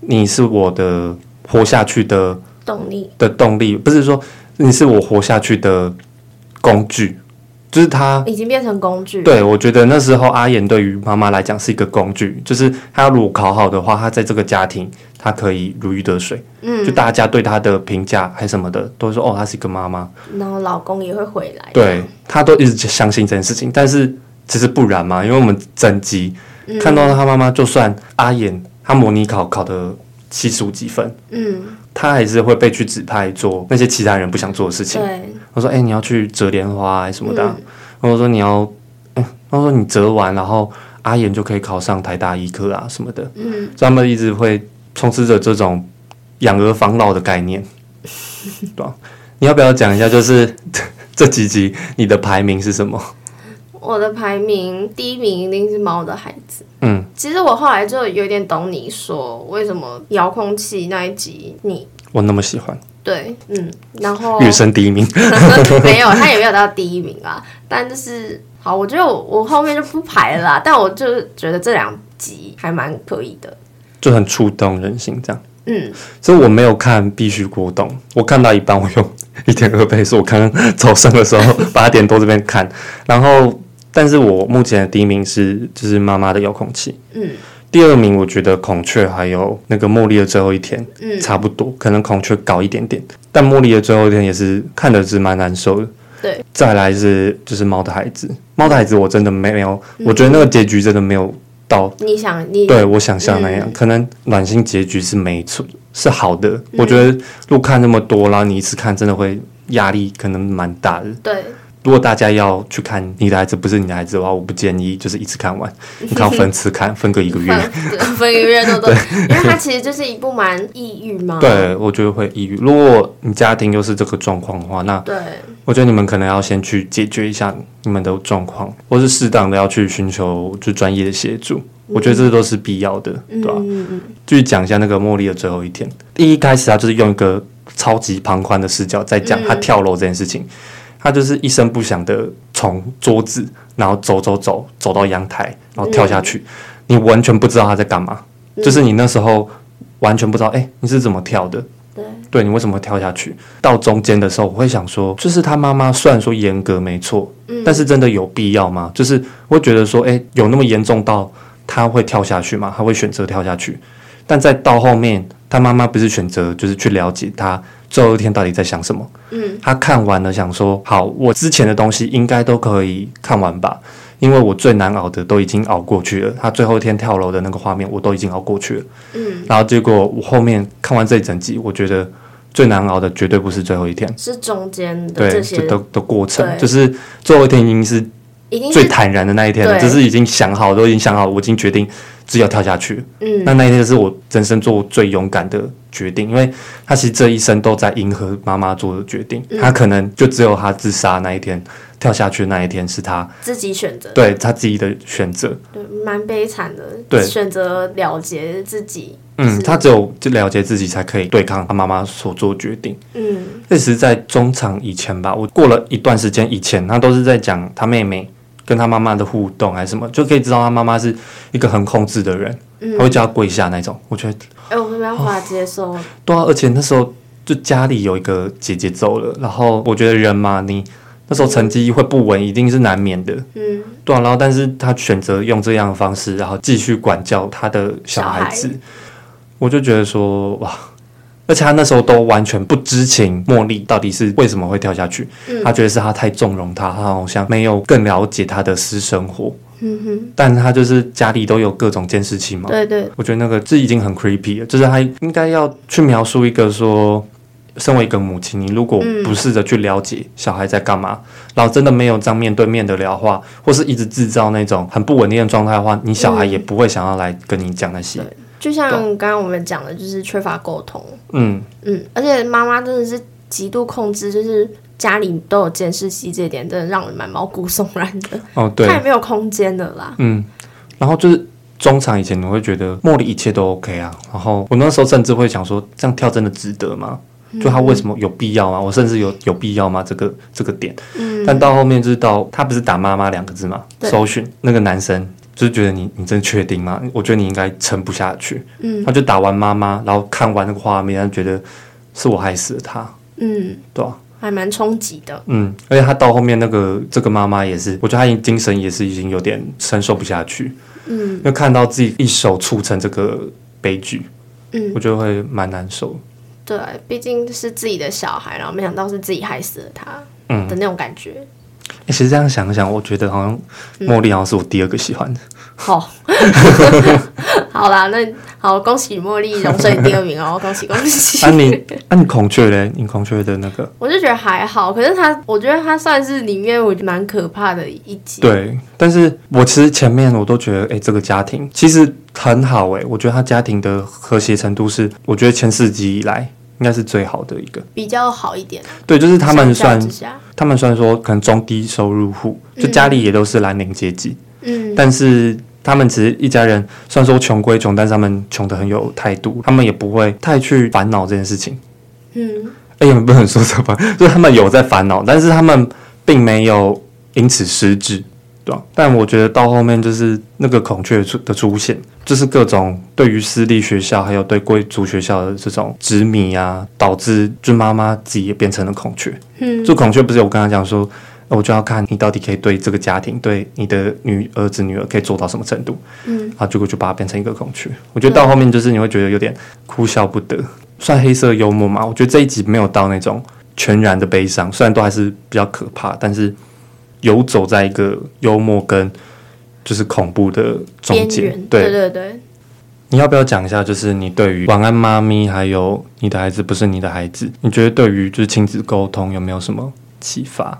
Speaker 1: 你是我的活下去的
Speaker 2: 动力，
Speaker 1: 的动力，不是说你是我活下去的工具，就是他
Speaker 2: 已经变成工具。
Speaker 1: 对，我觉得那时候阿言对于妈妈来讲是一个工具，就是她如果考好的话，她在这个家庭她可以如鱼得水，
Speaker 2: 嗯
Speaker 1: 就，大家对她的评价还什么的，都会说哦，她是一个妈妈，
Speaker 2: 然后老公也会回来。
Speaker 1: 对，她都一直相信这件事情，但是其实不然嘛，因为我们整集
Speaker 2: 嗯
Speaker 1: 看到她妈妈，就算阿言她模拟考考的七十五几分，
Speaker 2: 嗯，
Speaker 1: 她还是会被去指派做那些其他人不想做的事情。
Speaker 2: 对，
Speaker 1: 我说：“哎、你要去折莲花、啊、什么的、啊
Speaker 2: 嗯。
Speaker 1: 然后我说：“你要，哎、他说你折完，然后阿言就可以考上台大医科啊什么的。”嗯，所以他们一直会充斥着这种养儿防老的概念，对吧、你要不要讲一下，就是 这几集你的排名是什么？
Speaker 2: 我的排名第一名一定是猫的孩子。
Speaker 1: 嗯，
Speaker 2: 其实我后来就有点懂你说为什么遥控器那一集你
Speaker 1: 我那么喜欢，
Speaker 2: 对，嗯，然后
Speaker 1: 女生第一名。
Speaker 2: 没有，他也没有到第一名啊，但就是好，我觉得我我后面就不排了啦，但我就是觉得这两集还蛮可以的，
Speaker 1: 就很触动人心这样。
Speaker 2: 嗯，
Speaker 1: 所以我没有看必须过冬，我看到一半，我用一点二倍速，我刚刚早上的时候八点多这边看，然后，但是我目前的第一名是就是妈妈的遥控器，
Speaker 2: 嗯，
Speaker 1: 第二名我觉得孔雀还有那个茉莉的最后一天，
Speaker 2: 嗯
Speaker 1: 差不多，可能孔雀高一点点，但茉莉的最后一天也是看得是蛮难受的。
Speaker 2: 对，
Speaker 1: 再来是就是猫的孩子，猫的孩子我真的没有，
Speaker 2: 嗯
Speaker 1: 我觉得那个结局真的没有到
Speaker 2: 你想你
Speaker 1: 对我想象那样，可能暖心结局是没错，是好的。我觉得路看那么多，然后你一次看真的会压力可能蛮大的。
Speaker 2: 对
Speaker 1: 如果大家要去看你的孩子不是你的孩子的话，我不建议就是一次看完，你看分次看，分个一个月。
Speaker 2: 分分一个月都都，因为它其实就是一部蛮抑郁嘛，
Speaker 1: 对，我觉得会抑郁。如果你家庭又是这个状况的话，那
Speaker 2: 对，
Speaker 1: 我觉得你们可能要先去解决一下你们的状况，或是适当的要去寻求就专业的协助。我觉得这都是必要的，对吧、
Speaker 2: 嗯嗯
Speaker 1: 继续讲一下那个茉莉的最后一天。第一开始，他就是用一个超级旁观的视角在
Speaker 2: 嗯
Speaker 1: 讲他跳楼这件事情。他就是一声不响的从桌子，然后走走走走到阳台，然后跳下去。你完全不知道他在干嘛，就是你那时候完全不知道，哎、你是怎么跳的？
Speaker 2: 对
Speaker 1: 对你为什么跳下去？到中间的时候，我会想说，就是他妈妈虽然说严格没错，但是真的有必要吗？就是我会觉得说，哎，有那么严重到他会跳下去吗？他会选择跳下去？但再到后面，他妈妈不是选择就是去了解他最后一天到底在想什么？
Speaker 2: 嗯
Speaker 1: 他看完了，想说，好，我之前的东西应该都可以看完吧。因为我最难熬的都已经熬过去了，他最后一天跳楼的那个画面我都已经熬过去了。
Speaker 2: 嗯，
Speaker 1: 然后结果我后面看完这一整集，我觉得最难熬的绝对不是最后一天，
Speaker 2: 是中间的
Speaker 1: 对，
Speaker 2: 这些
Speaker 1: 这的的过程，
Speaker 2: 对
Speaker 1: 就是最后一天已经是
Speaker 2: 一定
Speaker 1: 最
Speaker 2: 是
Speaker 1: 坦然的那一天了，
Speaker 2: 对
Speaker 1: 就是已经想好，都已经想好，我已经决定自己要跳下去。
Speaker 2: 嗯
Speaker 1: 那那一天是我人生做最勇敢的决定，因为
Speaker 2: 嗯
Speaker 1: 他其实这一生都在迎合妈妈做的决定，他可能就只有他自杀那一天，跳下去那一天是他
Speaker 2: 自己选择，
Speaker 1: 对他自己的选择。
Speaker 2: 对，蛮悲惨的。
Speaker 1: 对
Speaker 2: 选择了结自己。
Speaker 1: 嗯，
Speaker 2: 是
Speaker 1: 他只有就了解自己，才可以对抗他妈妈所做决定。
Speaker 2: 嗯
Speaker 1: 那时在中场以前吧，我过了一段时间以前，他都是在讲他妹妹跟他妈妈的互动还是什么，就可以知道他妈妈是一个很控制的人，他会
Speaker 2: 嗯，
Speaker 1: 叫他跪下那种。我觉得
Speaker 2: 哎、我没办法接受。
Speaker 1: 对啊，而且那时候就家里有一个姐姐走了，然后我觉得人嘛，你那时候成绩会不稳，一定是难免的。
Speaker 2: 嗯，
Speaker 1: 对啊，然后但是他选择用这样的方式，然后继续管教他的小孩子，
Speaker 2: 小
Speaker 1: 我就觉得说哇，而且他那时候都完全不知情茉莉到底是为什么会跳下去，
Speaker 2: 嗯
Speaker 1: 他觉得是他太纵容他，他好像没有更了解他的私生活，嗯哼，但他就是家里都有各种监视器嘛，
Speaker 2: 对对，
Speaker 1: 我觉得那个这已经很 creepy 了，就是他应该要去描述一个说，身为一个母亲，你如果不试着去了解小孩在干嘛，然后真的没有这样面对面的聊话，或是一直制造那种很不稳定的状态的话，你小孩也不会想要来跟你讲那些。
Speaker 2: 就像刚刚我们讲的，就是缺乏沟通。
Speaker 1: 嗯，
Speaker 2: 嗯，而且妈妈真的是极度控制，就是家里都有监视器，这一点真的让人蛮毛骨悚然的，
Speaker 1: 哦对，
Speaker 2: 太没有空间的啦。
Speaker 1: 嗯，然后就是中场以前，你会觉得茉莉一切都 OK 啊。然后我那时候甚至会想说，这样跳真的值得吗？
Speaker 2: 嗯
Speaker 1: 就他为什么有必要吗？我甚至有有必要吗？这个这个点，但到后面就是到他不是打妈妈两个字嘛，
Speaker 2: 嗯对
Speaker 1: 搜寻那个男生就是觉得你你真的确定吗？我觉得你应该撑不下去，
Speaker 2: 嗯
Speaker 1: 他就打完妈妈，然后看完那个画面，他觉得是我害死了他，
Speaker 2: 嗯，
Speaker 1: 对吧、
Speaker 2: 还蛮冲击的。
Speaker 1: 嗯，而且他到后面那个这个妈妈也是，我觉得她精神也是已经有点承受不下去。嗯，因为看到自己一手促成这个悲剧，
Speaker 2: 嗯，
Speaker 1: 我觉得会蛮难受。
Speaker 2: 对，毕竟是自己的小孩，然后没想到是自己害死了他，
Speaker 1: 嗯
Speaker 2: 的那种感觉。
Speaker 1: 欸其实这样想一想，我觉得好像
Speaker 2: 嗯
Speaker 1: 茉莉好像是我第二个喜 欢的。
Speaker 2: 好，好啦，那好，恭喜茉莉荣升第二名 哦，恭喜恭喜
Speaker 1: 啊。你啊你孔雀嘞？你孔雀的那个
Speaker 2: 我就觉得还好，可是他，我觉得他算是里面我觉得蛮可怕的一集。，
Speaker 1: 对，但是我其实前面我都觉得，哎、这个家庭其实很好哎、我觉得他家庭的和谐程度是，我觉得前四集以来应该是最好的一个。
Speaker 2: 比较好一点。啊
Speaker 1: 对，就是他们算
Speaker 2: 相较之下，
Speaker 1: 他们虽然说可能中低收入户，就家里也都是蓝领阶级，
Speaker 2: 嗯，
Speaker 1: 但是他们其实一家人虽然说穷归穷，但是他们穷的很有态度，他们也不会太去烦恼这件事情。
Speaker 2: 嗯，
Speaker 1: 哎、也不能说什么，就是他们有在烦恼，但是他们并没有因此失智，对吧、但我觉得到后面就是那个孔雀出的出现，就是各种对于私立学校还有对贵族学校的这种执迷啊，导致就妈妈自己也变成了孔雀。
Speaker 2: 嗯，
Speaker 1: 就孔雀不是有跟他讲说，呃我就要看你到底可以对这个家庭、对你的女儿子、女儿可以做到什么程度。
Speaker 2: 嗯，
Speaker 1: 啊，结果就把它变成一个孔雀。我觉得到后面就是你会觉得有点哭笑不得，算黑色幽默嘛。我觉得这一集没有到那种全然的悲伤，虽然都还是比较可怕，但是游走在一个幽默跟就是恐怖的中
Speaker 2: 边
Speaker 1: 间
Speaker 2: 缘。，
Speaker 1: 对，
Speaker 2: 对对，
Speaker 1: 你要不要讲一下，就是你对于“晚安妈咪”还有“你的孩子不是你的孩子”，你觉得对于就是亲子沟通有没有什么启发？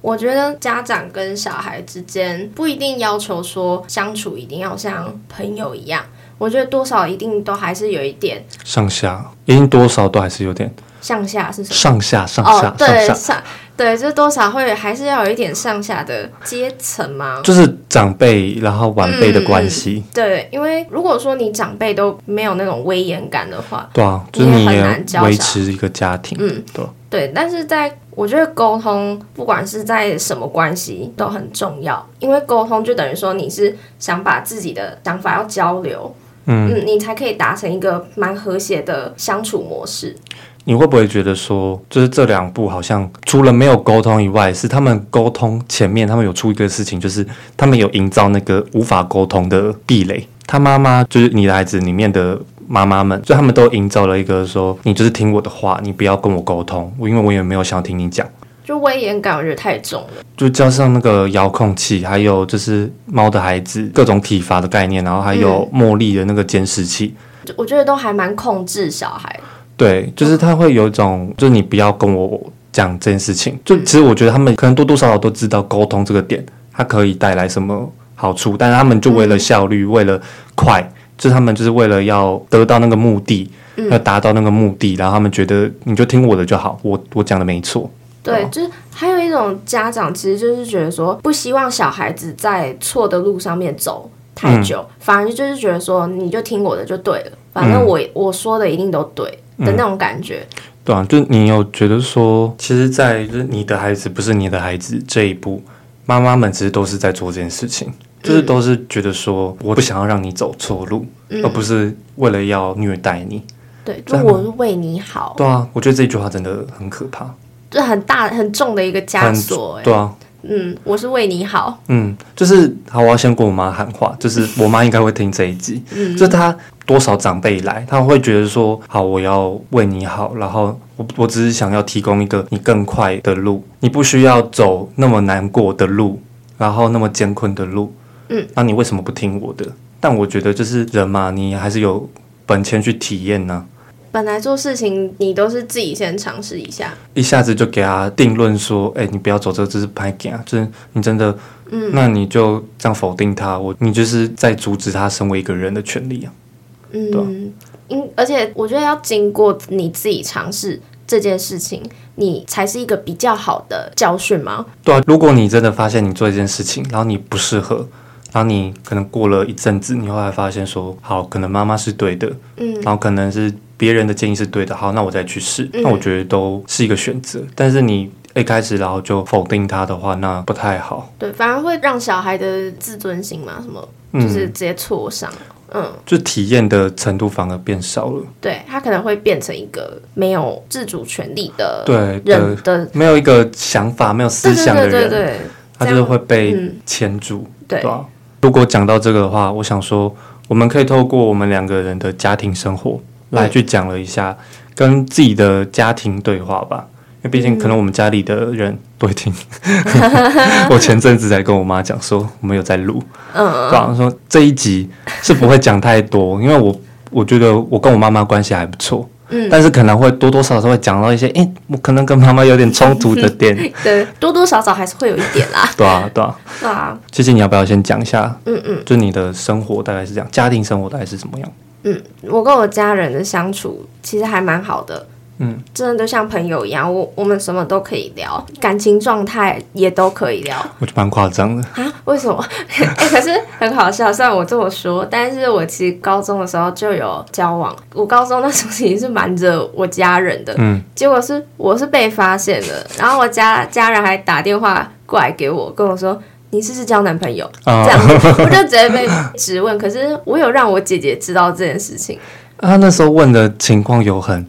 Speaker 2: 我觉得家长跟小孩之间不一定要求说相处一定要像朋友一样，我觉得多少一定都还是有一点
Speaker 1: 上下一定多少都还是有点
Speaker 2: 上下是什么？
Speaker 1: 上下上下、
Speaker 2: 哦，对
Speaker 1: 上下，
Speaker 2: 上对，就多少会还是要有一点上下的阶层嘛。
Speaker 1: 就是长辈然后晚辈的关系，
Speaker 2: 对，因为如果说你长辈都没有那种威严感的话，
Speaker 1: 对啊，
Speaker 2: 你
Speaker 1: 就
Speaker 2: 也
Speaker 1: 是你
Speaker 2: 很
Speaker 1: 也
Speaker 2: 难教
Speaker 1: 维
Speaker 2: 小
Speaker 1: 持一个家庭，
Speaker 2: 嗯，
Speaker 1: 对啊
Speaker 2: 对，但是在我觉得沟通，不管是在什么关系都很重要，因为沟通就等于说你是想把自己的想法要交流，嗯你才可以达成一个蛮和谐的相处模式。
Speaker 1: 你会不会觉得说，就是这两部好像除了没有沟通以外，是他们沟通前面他们有出一个事情，就是他们有营造那个无法沟通的壁垒。他妈妈就是你的孩子里面的妈妈们，就他们都营造了一个说，你就是听我的话，你不要跟我沟通，因为我也没有想听你讲。
Speaker 2: 就威严感我觉得太重了，
Speaker 1: 就加上那个遥控器，还有就是猫的孩子各种体罚的概念，然后还有茉莉的那个监视器，
Speaker 2: 就我觉得都还蛮控制小孩。
Speaker 1: 对，就是他会有一种，就是你不要跟我讲这件事情。就其实我觉得他们可能多多少少都知道沟通这个点，它可以带来什么好处，但是他们就为了效率，为了快，就是他们就是为了要得到那个目的，要达到那个目的，然后他们觉得你就听我的就好，我我讲的没错。
Speaker 2: 对，就是还有一种家长其实就是觉得说，不希望小孩子在错的路上面走太久，
Speaker 1: 嗯
Speaker 2: 反而就是觉得说，你就听我的就对了，反正我、我说的一定都对
Speaker 1: 嗯
Speaker 2: 的那种感觉。
Speaker 1: 对啊，就你有觉得说，其实，在就是你的孩子不是你的孩子这一步，妈妈们其实都是在做这件事情，
Speaker 2: 嗯
Speaker 1: 就是都是觉得说，我不想要让你走错路，而不是为了要虐待你。
Speaker 2: 对，就我是为你好，
Speaker 1: 对啊，我觉得这句话真的很可怕，
Speaker 2: 这很大很重的一个枷
Speaker 1: 很
Speaker 2: 锁、欸。
Speaker 1: 对啊，
Speaker 2: 嗯，我是为你好，
Speaker 1: 嗯，就是好，我要先跟我妈喊话，就是我妈应该会听这一集，就她多少长辈来，她会觉得说，好，我要为你好，然后我我只是想要提供一个你更快的路，你不需要走那么难过的路，然后那么艰困的路，
Speaker 2: 嗯，
Speaker 1: 那你为什么不听我的？但我觉得就是人嘛，你还是有本钱去体验呢、
Speaker 2: 本来做事情你都是自己先尝试一下，
Speaker 1: 一下子就给他定论说，哎、你不要走这个，这是拍给啊，就是你真的，嗯，那你就这样否定他，我你就是在阻止他身为一个人的权利啊。对啊
Speaker 2: 嗯，因而且我觉得要经过你自己尝试这件事情，你才是一个比较好的教训嘛。
Speaker 1: 对啊，如果你真的发现你做一件事情，然后你不适合，然后你可能过了一阵子，你后来发现说，好，可能妈妈是对的，嗯，然后可能是别人的建议是对的，好，那我再去试，那我觉得都是一个选择。但是你一开始然后就否定他的话，那不太好。
Speaker 2: 对，反而会让小孩的自尊心嘛，什么
Speaker 1: 嗯
Speaker 2: 就是直接挫伤。嗯，
Speaker 1: 就体验的程度反而变少了，
Speaker 2: 对他可能会变成一个没有自主权利的
Speaker 1: 对
Speaker 2: 人的，
Speaker 1: 没有一个想法、没有思
Speaker 2: 对
Speaker 1: 想
Speaker 2: 对
Speaker 1: 的
Speaker 2: 对
Speaker 1: 人，
Speaker 2: 对嗯对
Speaker 1: 他就是会被牵住，
Speaker 2: 对
Speaker 1: 吧、如果啊讲到这个的话，我想说，我们可以透过我们两个人的家庭生活来去讲了一下跟自己的家庭对话吧。因为毕竟可能我们家里的人都会 听，我前阵子才跟我妈讲说我们有在录，嗯，然后说这一集是不会讲太多，因为我我觉得我跟我妈妈关系还不错，嗯，但是可能会多多少少会讲到一些，诶，我可能跟妈妈有点冲突的 点，
Speaker 2: 对，多多少少还是会有一点 啦，
Speaker 1: 对啊，对啊。
Speaker 2: 对啊，
Speaker 1: 琪琪，你要不要先讲一下？嗯嗯，就你的生活大概是这样，家庭生活大概是怎么样？
Speaker 2: 我跟我家人的相处其实还蛮好的，嗯，真的就像朋友一样，我我们什么都可以聊，感情状态也都可以聊。
Speaker 1: 我觉得蛮夸张的。
Speaker 2: 啊？为什么？ 哎、可是很好笑。虽然我这么说，但是我其实高中的时候就有交往。我高中那时候其实是瞒着我家人的，
Speaker 1: 嗯，
Speaker 2: 结果是我是被发现的，然后我家家人还打电话过来给我，跟我说。你是不是交男朋友？
Speaker 1: 啊
Speaker 2: 这样子，我就直接被质问。可是我有让我姐姐知道这件事情，
Speaker 1: 啊，那时候问的情况有很，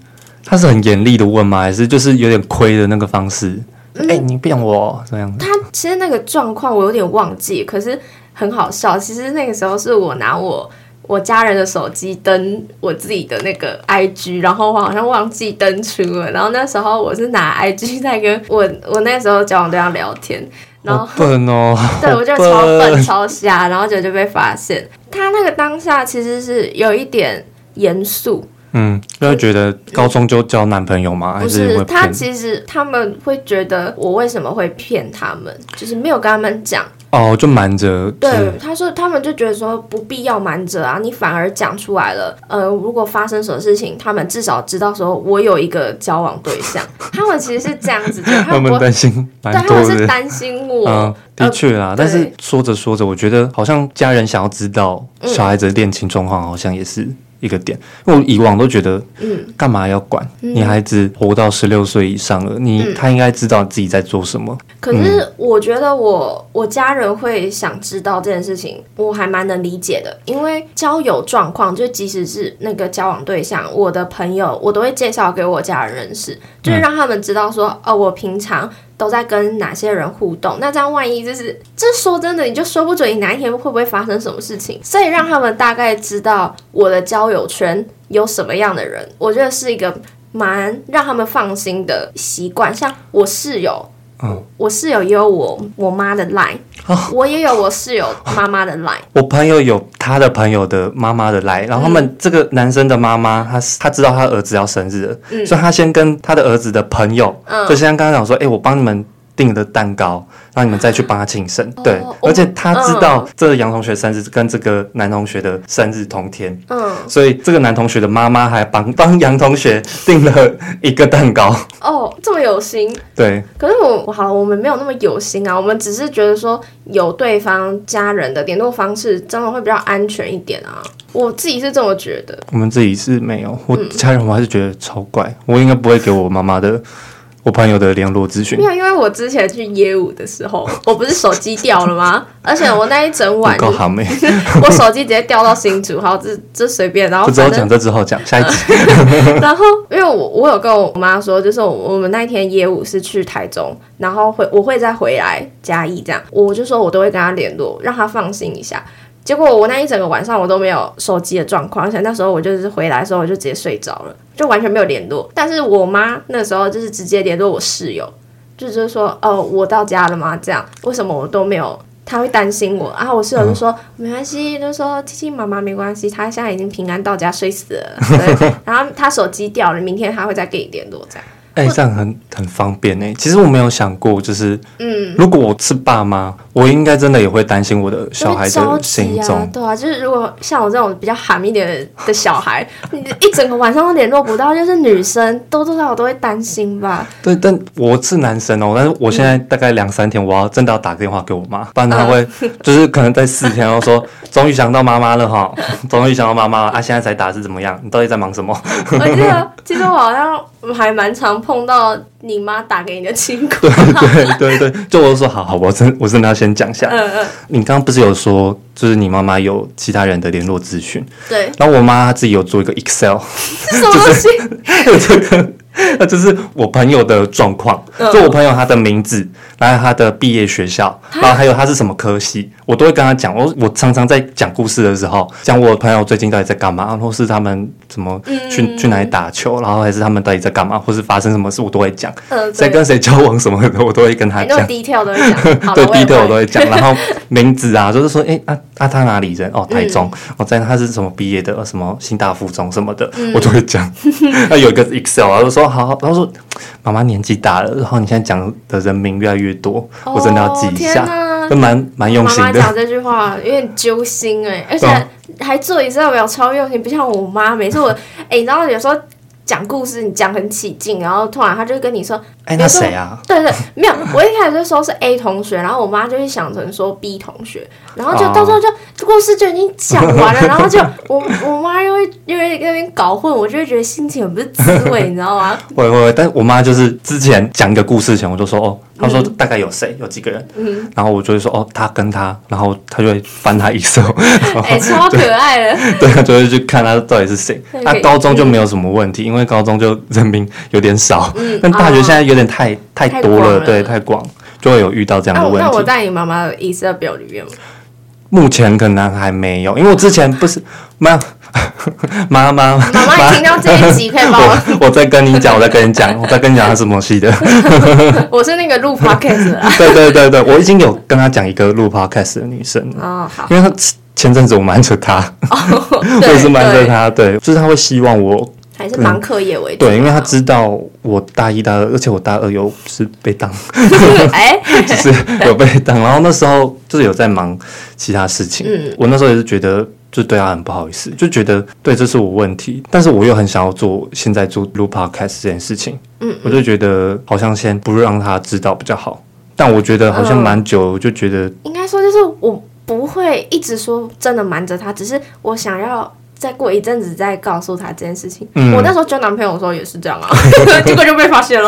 Speaker 1: 他是很严厉的问吗？还是就是有点亏的那个方式？哎、你骗我这样子？
Speaker 2: 嗯他其实那个状况我有点忘记，可是很好笑。其实那个时候是我拿我我家人的手机登我自己的那个 IG，然后我好像忘记登出了。然后那时候我是拿 IG 在跟我我那时候交往对象聊天，然后
Speaker 1: 好笨哦！
Speaker 2: 对，
Speaker 1: 好
Speaker 2: 我就超笨。超瞎，然后就就被发现。他那个当下其实是有一点严肃，
Speaker 1: 嗯，就会觉得高中就交男朋友吗？还
Speaker 2: 不
Speaker 1: 会
Speaker 2: 是他
Speaker 1: 骗？
Speaker 2: 其实他们会觉得我为什么会骗他们，就是没有跟他们讲。
Speaker 1: 哦，就瞒着。
Speaker 2: 对，他说他们就觉得说不必要瞒着啊，你反而讲出来了。呃，如果发生什么事情，他们至少知道说我有一个交往对象。他们其实是这样子的，
Speaker 1: 他
Speaker 2: 他们
Speaker 1: 们
Speaker 2: 不，对，
Speaker 1: 担心蛮
Speaker 2: 他
Speaker 1: 多
Speaker 2: 们是
Speaker 1: 的。
Speaker 2: 担心我。呃
Speaker 1: 嗯，的确啦，但是
Speaker 2: 对嗯
Speaker 1: 说着说着，我觉得好像家人想要知道小孩子的恋情状况，好像也是一个点。因为我以往都觉得，嗯，干嘛要管？
Speaker 2: 嗯
Speaker 1: 你孩子活到十六岁以上了，你他应该知道自己在做什么。
Speaker 2: 可是我觉得我我家人会想知道这件事情，我还蛮能理解的，因为交友状况，就即使是那个交往对象，我的朋友，我都会介绍给我家人认识，就是让他们知道说，哦，我平常。都在跟哪些人互动？那这样万一就是，这说真的，你就说不准你哪一天会不会发生什么事情。所以让他们大概知道我的交友圈有什么样的人，我觉得是一个蛮让他们放心的习惯。像我室友，我室友也有我我妈
Speaker 1: 哦
Speaker 2: 的 line，、我也有我室友妈妈的 line，
Speaker 1: 我朋友有他的朋友的妈妈的来，然后他们这个男生的妈妈，他他知道他儿子要生日了，所以他先跟他的儿子的朋友，就先跟他讲说，哎、我帮你们。订的蛋糕，让你们再去帮他庆生。对，而且他知道这个杨同学生日跟这个男同学的生日同天，
Speaker 2: 嗯，
Speaker 1: 所以这个男同学的妈妈还帮帮杨同学订了一个蛋糕。
Speaker 2: 哦，这么有心。
Speaker 1: 对，
Speaker 2: 可是我我好了，我们没有那么有心啊，我们只是觉得说有对方家人的联络方式，真的会比较安全一点啊。我自己是这么觉得。
Speaker 1: 我们自己是没有，我家人我还是觉得超怪，我应该不会给我妈妈的。我朋友的联络资讯
Speaker 2: 没，有，因为我之前去耶鲁的时候，我不是手机掉了吗？而且我那一整晚
Speaker 1: 不，够啊好妹，
Speaker 2: 我手机直接掉到新竹，好，这这随便，然后
Speaker 1: 不知道
Speaker 2: 反正嗯
Speaker 1: 讲这之后讲下一集。
Speaker 2: 然后，因为我我有跟我妈说，就是我我们那一天业务是去台中，然后会我会再回来嘉义这样，我就说我都会跟她联络，让她放心一下。结果我那一整个晚上我都没有手机的状况，而且那时候我就是回来的时候我就直接睡着了，就完全没有联络。但是我妈那时候就是直接联络我室友，就就是说哦我到家了吗？这样为什么我都没有？她会担心我，然后我室友就说、没关系，就说七七妈妈没关系，她现在已经平安到家，睡死了。 对，然后他手机掉了，明天他会再跟你联络，这样。
Speaker 1: 哎、这样很很方便呢、其实我没有想过，就是
Speaker 2: 嗯，
Speaker 1: 如果我是爸妈，我应该真的也会担心我的小孩
Speaker 2: 就
Speaker 1: 的
Speaker 2: 会着急
Speaker 1: 行
Speaker 2: 啊
Speaker 1: 踪，。
Speaker 2: 对啊，就是如果像我这种比较喊一点的的小孩， 你一整个晚上都联络不到，就是女生多多少少都会担心吧。
Speaker 1: 对，但我是男生哦，但是我现
Speaker 2: 嗯
Speaker 1: 在大概两三天，我要真的要打个电话给我妈，不然她会就是可能在四天后说， 终于想到妈妈了哈， 终于想到妈妈了啊，现在才打是怎么样？你到底在忙 什么？
Speaker 2: 我记得，其实我好像还蛮常碰到你妈打给你的情 况。
Speaker 1: 对对对，就我就说好好，我真我真的要先讲一下，
Speaker 2: 嗯嗯，
Speaker 1: 你刚刚不是有说，就是你妈妈有其他人的联络资讯，
Speaker 2: 对，
Speaker 1: 然后我妈她自己有做一个 Excel。
Speaker 2: 是什么东西？
Speaker 1: 这个，那就是我朋友的状况，
Speaker 2: 嗯
Speaker 1: 就我朋友他的名字，然后他的毕业学校，然后还有他是什么科系，我都会跟他讲。我我常常在讲故事的时候，讲我朋友最近到底在干嘛，或是他们怎么去、
Speaker 2: 嗯
Speaker 1: 去哪里打球，然后还是他们到底在干嘛，或是发生什么事，我都会讲。
Speaker 2: 嗯，
Speaker 1: 谁
Speaker 2: 对，
Speaker 1: 跟谁交往什么的，我都会跟他
Speaker 2: 哎
Speaker 1: 讲
Speaker 2: 那。么低调都会 讲。好
Speaker 1: 对
Speaker 2: 了我也
Speaker 1: detail 我都
Speaker 2: 会
Speaker 1: 会 讲，然后名字啊，就是说，哎、啊啊，他哪里人？
Speaker 2: 嗯
Speaker 1: 哦，台中。我、在他是什么毕业的？呃什么新大附中什么的，
Speaker 2: 嗯
Speaker 1: 我都会 讲。那有一个 Excel 啊，就说好，然后说妈妈年纪大了，然后你现在讲的人名越来越多，我真的要记
Speaker 2: 哦
Speaker 1: 一
Speaker 2: 天
Speaker 1: 下，
Speaker 2: 哪
Speaker 1: 都蛮蛮用
Speaker 2: 妈
Speaker 1: 心
Speaker 2: 妈
Speaker 1: 的。
Speaker 2: 讲这句话有点揪心哎、而且
Speaker 1: 对啊
Speaker 2: 还做一次代表超用心，不像我妈，每次我 哎、你知道有时候讲故事你讲很起劲，然后突然她就跟你说，
Speaker 1: 哎、
Speaker 2: 比
Speaker 1: 那
Speaker 2: 如说
Speaker 1: 谁啊？
Speaker 2: 对对，没有，我一开始就说是 A 同学，然后我妈就会想成说 B 同学，然后就
Speaker 1: 哦
Speaker 2: 到时候就故事就已经讲完了，然 后就我我妈又会又会在那边搞混，我就会觉得心情很不是滋味，你知 道吗？
Speaker 1: 会会，会但我妈就是之前讲一个故事前，我就说哦，
Speaker 2: 嗯
Speaker 1: 她说大概有谁，有几个人，然后我就会说哦，他跟他，然后她就会翻她 Excel，
Speaker 2: 哎、超可 爱的。
Speaker 1: 对，啊就会去看他到底是谁。
Speaker 2: 对
Speaker 1: 那
Speaker 2: 可以
Speaker 1: 高中就没有什么问题，因为高中就人民有点少，
Speaker 2: 嗯
Speaker 1: 但大学
Speaker 2: 哦
Speaker 1: 现在有点太太
Speaker 2: 太
Speaker 1: 多
Speaker 2: 广
Speaker 1: 了，
Speaker 2: 了
Speaker 1: 对，太广，就会有遇到这样
Speaker 2: 那
Speaker 1: 的
Speaker 2: 我
Speaker 1: 问
Speaker 2: 那我
Speaker 1: 题。
Speaker 2: 在你妈妈的 Excel 表里面吗？
Speaker 1: 目前可能还没有，因为我之前不是妈 妈妈 妈，
Speaker 2: 妈妈，你听到这一集可以帮我
Speaker 1: 我我在跟你讲，我在跟你讲，我在跟你讲他是摩西的。
Speaker 2: 我是那个 录 podcast 的啊。
Speaker 1: 对对对对，我已经有跟他讲一个录 podcast 的女生了，
Speaker 2: 哦，好，
Speaker 1: 因为他前阵子我瞒着他， 我
Speaker 2: 对
Speaker 1: 也是瞒着
Speaker 2: 对
Speaker 1: 他，对，就是他会希望我
Speaker 2: 还是啊忙课业为主。
Speaker 1: 对，因为他知道我大一、大二，而且我大二有是被当，
Speaker 2: 哎，
Speaker 1: 就是有被当。然后那时候就是有在忙其他事情，
Speaker 2: 嗯
Speaker 1: 我那时候也是觉得就对他很不好意思，就觉得对这是我问题，但是我又很想要做现在做录 podcast 这件事情，
Speaker 2: 嗯，
Speaker 1: 我就觉得好像先不让他知道比较好。但我觉得好像
Speaker 2: 嗯
Speaker 1: 蛮久，我就觉得
Speaker 2: 应该说就是我不会一直说真的瞒着他，只是我想要。再过一阵子再告诉他这件事情。
Speaker 1: 嗯
Speaker 2: 我那时候交男朋友的时候也是 这样啊，结果就被发现了。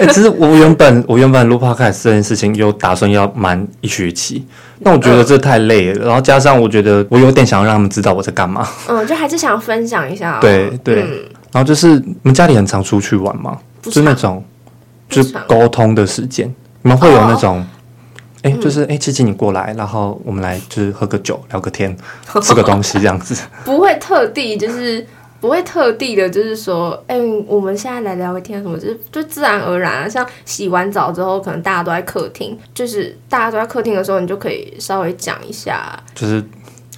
Speaker 1: 哎、其实我原本我原本录 podcast 这件事情有打算要瞒一学期，但我觉得这太累了，然后加上我觉得我有点想要让他们知道我在干嘛，
Speaker 2: 嗯，就还是想分享一下、啊。
Speaker 1: 对对
Speaker 2: 嗯
Speaker 1: 然后就是你们家里很常出去玩吗？
Speaker 2: 不
Speaker 1: 就是
Speaker 2: 常
Speaker 1: 那种就是
Speaker 2: 常哦
Speaker 1: 沟通的时间，你们会有那种。哎、
Speaker 2: 嗯
Speaker 1: 就是哎，琪、琪你过来，然后我们来就是喝个酒，聊个 天，吃个东西这样子。
Speaker 2: 不会特地就是不会特地的，就是说，哎、我们现在来聊个天什么，就是就自然而然啊。像洗完澡之后，可能大家都在客厅，就是大家都在客厅的时候，你就可以稍微讲一下，
Speaker 1: 就是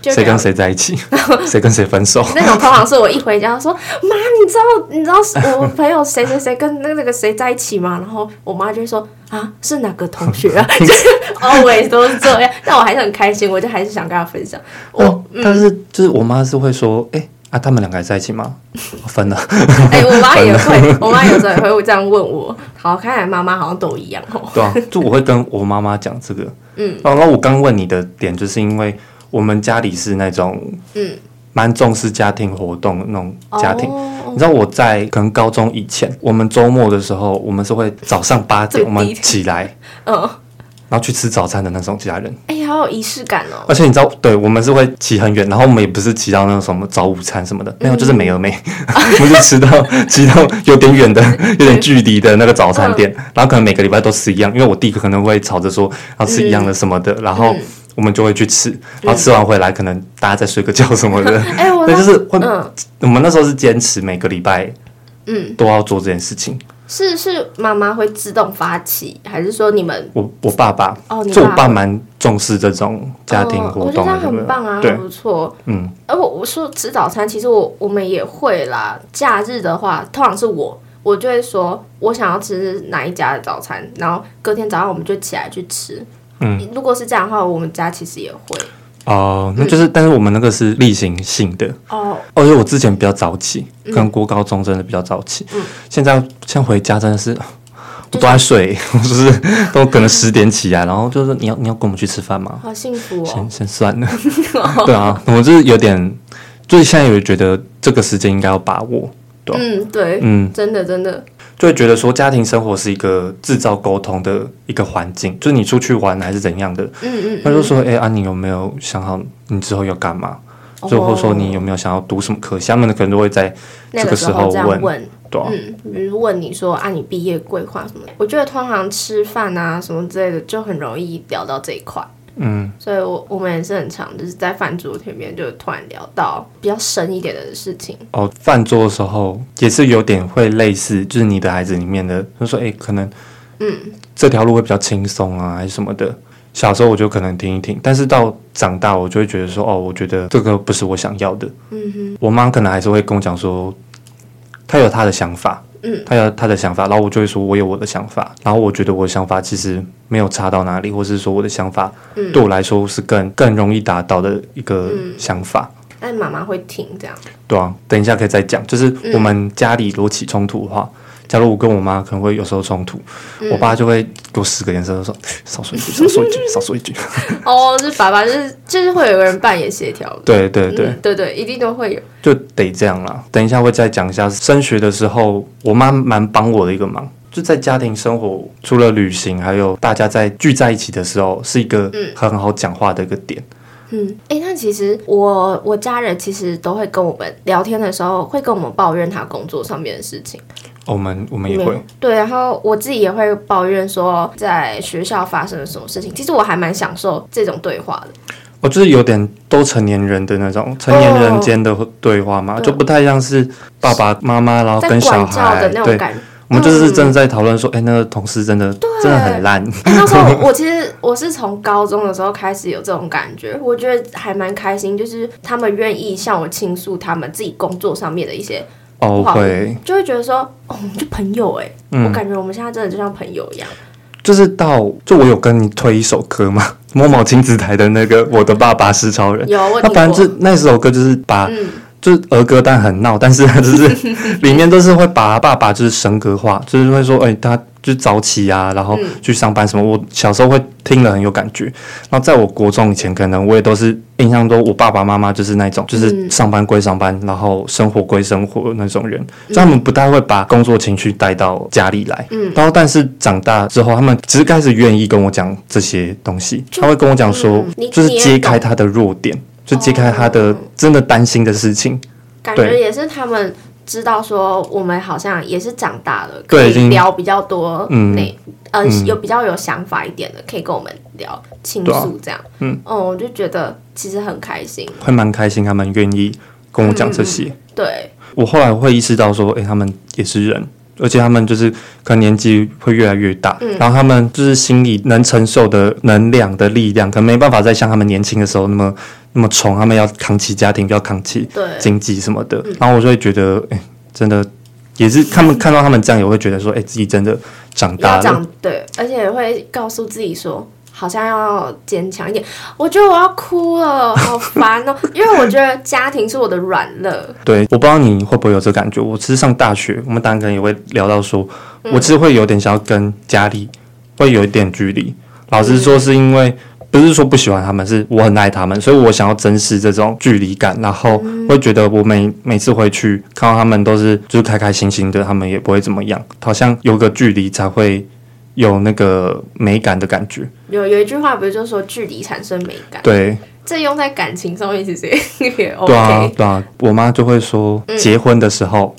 Speaker 2: 就
Speaker 1: 谁
Speaker 2: 聊
Speaker 1: 跟谁在一 起，谁跟谁分手，
Speaker 2: 那种通常是我一回家说妈，你知道你知道我朋友谁谁谁跟那那个谁在一起吗？然后我妈就会说啊，是哪个同 学啊？就是 always 都是这样，但我还是很开心，我就还是想跟她分享。我、嗯
Speaker 1: 哦，但是就是我妈是会说，哎、啊，他们两个还在一起吗？分了，
Speaker 2: 哎、我妈也会，我妈有时候也会这样问我。好，看来妈妈好像都一样哦。
Speaker 1: 对啊，就我会跟我妈妈讲这个。
Speaker 2: 嗯，
Speaker 1: 然后我刚问你的点，就是因为我们家里是那种
Speaker 2: 嗯，
Speaker 1: 蛮重视家庭活动的那种家庭。
Speaker 2: 哦
Speaker 1: 你知道我在可能高中以前，我们周末的时候，我们是会早上八点
Speaker 2: 这
Speaker 1: 我
Speaker 2: 么低
Speaker 1: 们起来，
Speaker 2: 嗯，
Speaker 1: 然后去吃早餐的那种家人。
Speaker 2: 哎、好有仪式感 哦。
Speaker 1: 而且你知道，对我们是会骑很远，然后我们也不是骑到那种什么早午餐什么的，没有，
Speaker 2: 嗯
Speaker 1: 就是美而美， 我们就吃到骑到有点远的、有点距离的那个早餐
Speaker 2: 嗯
Speaker 1: 店，然后可能每个礼拜都吃一样，因为我弟可能会吵着说要吃一样
Speaker 2: 嗯
Speaker 1: 的什么的，然后我们就会去吃，然后吃完回来可能大家再睡个觉什么的，
Speaker 2: 哎、我
Speaker 1: 对，就是会，
Speaker 2: 嗯，
Speaker 1: 我们那时候是坚持每个礼拜，
Speaker 2: 嗯，
Speaker 1: 都要做这件事情。
Speaker 2: 是是妈妈会自动发起，还是说你们
Speaker 1: 我我爸爸，
Speaker 2: 哦你
Speaker 1: 就我爸
Speaker 2: 爸
Speaker 1: 蛮重视这种家庭
Speaker 2: 嗯
Speaker 1: 活
Speaker 2: 我觉得
Speaker 1: 动
Speaker 2: 这
Speaker 1: 的
Speaker 2: 样
Speaker 1: 对不对，
Speaker 2: 很棒啊，
Speaker 1: 对
Speaker 2: 很，不错。
Speaker 1: 嗯，
Speaker 2: 而我我说吃早餐，其实我我们也会啦。假日的话，通常是我我就会说我想要吃哪一家的早餐，然后隔天早上我们就起来去吃。嗯，如果是这样的话，我们家其实也会
Speaker 1: 哦，那就是，但是我们那个是例行性的，
Speaker 2: 哦，
Speaker 1: 哦，因为我之前比较早起，可能国高中真的比较早起，现在像回家真的是。我都在睡，我就是都可能十点起来，然后就是你要你要跟我们去吃饭吗？
Speaker 2: 好幸福哦。
Speaker 1: 先先算了，对啊，我就是有点，就是现在有觉得这个时间应该要把握，对
Speaker 2: 嗯，对，
Speaker 1: 嗯，
Speaker 2: 真的真的，
Speaker 1: 就会觉得说家庭生活是一个制造沟通的一个环境，就是你出去玩还是怎样的，
Speaker 2: 嗯嗯，
Speaker 1: 他就说，哎、啊，你有没有想好你之后要干嘛？
Speaker 2: 哦
Speaker 1: 就或者说你有没有想要读什么科系？他们可能都会在
Speaker 2: 那
Speaker 1: 这个
Speaker 2: 个时
Speaker 1: 时候
Speaker 2: 候这样
Speaker 1: 问
Speaker 2: 问，
Speaker 1: 对啊、
Speaker 2: 嗯，比如问你说啊，你毕业规划什么的？我觉得通常吃饭啊什么之类的，就很容易聊到这一块。嗯，所以我我们也是很常就是在饭桌前面就突然聊到比较深一点的事情。
Speaker 1: 哦，饭桌的时候也是有点会类似，就是你的孩子里面的，就说哎、可能嗯这条路会比较轻松啊，还是什么的。小时候我就可能听一听，但是到长大我就会觉得说，哦，我觉得这个不是我想要的。嗯哼，我妈可能还是会跟我讲说，她有她的想法，嗯，她有她的想法，然后我就会说我有我的想法，然后我觉得我的想法其实没有差到哪里，或是说我的想法对我来说是更更容易达到的一个想法。
Speaker 2: 但妈妈会听这样，
Speaker 1: 对啊，等一下可以再讲。就是
Speaker 2: 嗯
Speaker 1: 我们家里如果起冲突的话，假如我跟我妈可能会有时候冲突，
Speaker 2: 嗯
Speaker 1: 我爸就会给我十个颜色，就说 少说一 句，少说一句，少说一句。
Speaker 2: 哦，就是爸爸就是就是会有个人扮演协调的，
Speaker 1: 对对对，
Speaker 2: 嗯对对，一定都会有。
Speaker 1: 就得这样啦。等一下会再讲一下升学的时候，我妈蛮帮我的一个忙，就在家庭生活除了旅行，还有大家在聚在一起的时候，是一个很好讲话的一个点。
Speaker 2: 嗯，哎、那其实我我家人其实都会跟我们聊天的时候，会跟我们抱怨他工作上面的事情。
Speaker 1: 我们我们也会，
Speaker 2: 对，然后我自己也会抱怨说，在学校发生了什么事情。其实我还蛮享受这种对话的。
Speaker 1: 我哦就是有点都成年人的那种成年
Speaker 2: 哦
Speaker 1: 人间的对话嘛，就不太像是爸爸妈妈然后
Speaker 2: 在
Speaker 1: 哦跟小
Speaker 2: 管教
Speaker 1: 孩
Speaker 2: 的那种
Speaker 1: 对。
Speaker 2: 感觉。嗯
Speaker 1: 我们就是真的在讨论说，哎、那个同事真的真的很 烂，
Speaker 2: 哎那时候 我我其实我是从高中的时候开始有这种感觉，我觉得还蛮开心，就是他们愿意向我倾诉他们自己工作上面的一些，
Speaker 1: 哦
Speaker 2: 不好
Speaker 1: 会，
Speaker 2: 就会觉得说，哦，我们就朋友哎、
Speaker 1: 嗯
Speaker 2: 我感觉我们现在真的就像朋友一样。
Speaker 1: 就是到就我有跟你推一首歌嘛，摸某亲子台的那个《我的爸爸是超人》，
Speaker 2: 有我
Speaker 1: 那
Speaker 2: 听嗯
Speaker 1: 反正
Speaker 2: 过，
Speaker 1: 就那首歌就是把、就是儿歌，但很闹，但是他就是里面都是会把爸爸就是神格化，就是会说，哎、他就早起啊，然后
Speaker 2: 嗯
Speaker 1: 去上班什么。我小时候会听了很有感觉，然后在我国中以前，可能我也都是印象中我爸爸妈妈就是那种，
Speaker 2: 嗯
Speaker 1: 就是上班归上班，然后生活归生活那种人，
Speaker 2: 嗯
Speaker 1: 所以他们不太会把工作情绪带到家里来。嗯，然后但是长大之后，他们只是开始愿意跟我讲这些东西，他会跟我讲说
Speaker 2: 嗯你，
Speaker 1: 就是
Speaker 2: 你也哦
Speaker 1: 揭开
Speaker 2: 懂
Speaker 1: 他的弱点。就揭开他的真的担心的事情，
Speaker 2: 感
Speaker 1: 对
Speaker 2: 觉也是他们知道说我们好像也是长大了，
Speaker 1: 对
Speaker 2: 可
Speaker 1: 已
Speaker 2: 以
Speaker 1: 经
Speaker 2: 聊比较多
Speaker 1: 嗯
Speaker 2: 那、呃、有比较有想法一点的，可以跟我们聊倾
Speaker 1: 对啊
Speaker 2: 诉这样。嗯，哦，我就觉得其实很开心。
Speaker 1: 会蛮开心，他们愿意跟我讲这些。
Speaker 2: 对，
Speaker 1: 我后来会意识到说，诶，他们也是人，而且他们就是可能年纪会越来越大，
Speaker 2: 嗯
Speaker 1: 然后他们就是心理能承受的能量的力量，可能没办法再像他们年轻的时候那么那么冲，他们要扛起家庭，要扛起
Speaker 2: 对嗯
Speaker 1: 经济什么的，然后我就会觉得，哎、真的也是他们看到他们这样，也会觉得说，哎、自己真的长大
Speaker 2: 要
Speaker 1: 了，
Speaker 2: 长对，而且会告诉自己说，好像要坚强一点。我觉得我要哭了，好烦哦， 因为我觉得家庭是我的软肋。
Speaker 1: 对，我不知道你会不会有这感觉。我其实上大学，我们当然可能也会聊到说，我其实会有点想要跟家里会有一点距离。老实说，是因为不是说不喜欢他们，是我很爱他们，所以我想要珍视这种距离感。然后会觉得我每每次回去看到他们都是就是开开心心的，他们也不会怎么样，好像有个距离才会有那个美感的感觉。
Speaker 2: 有有一句话不是就说距离产生美感，
Speaker 1: 对，
Speaker 2: 这用在感情上面其实也也 OK。
Speaker 1: 对啊，对啊，我妈就会说，结婚的时候，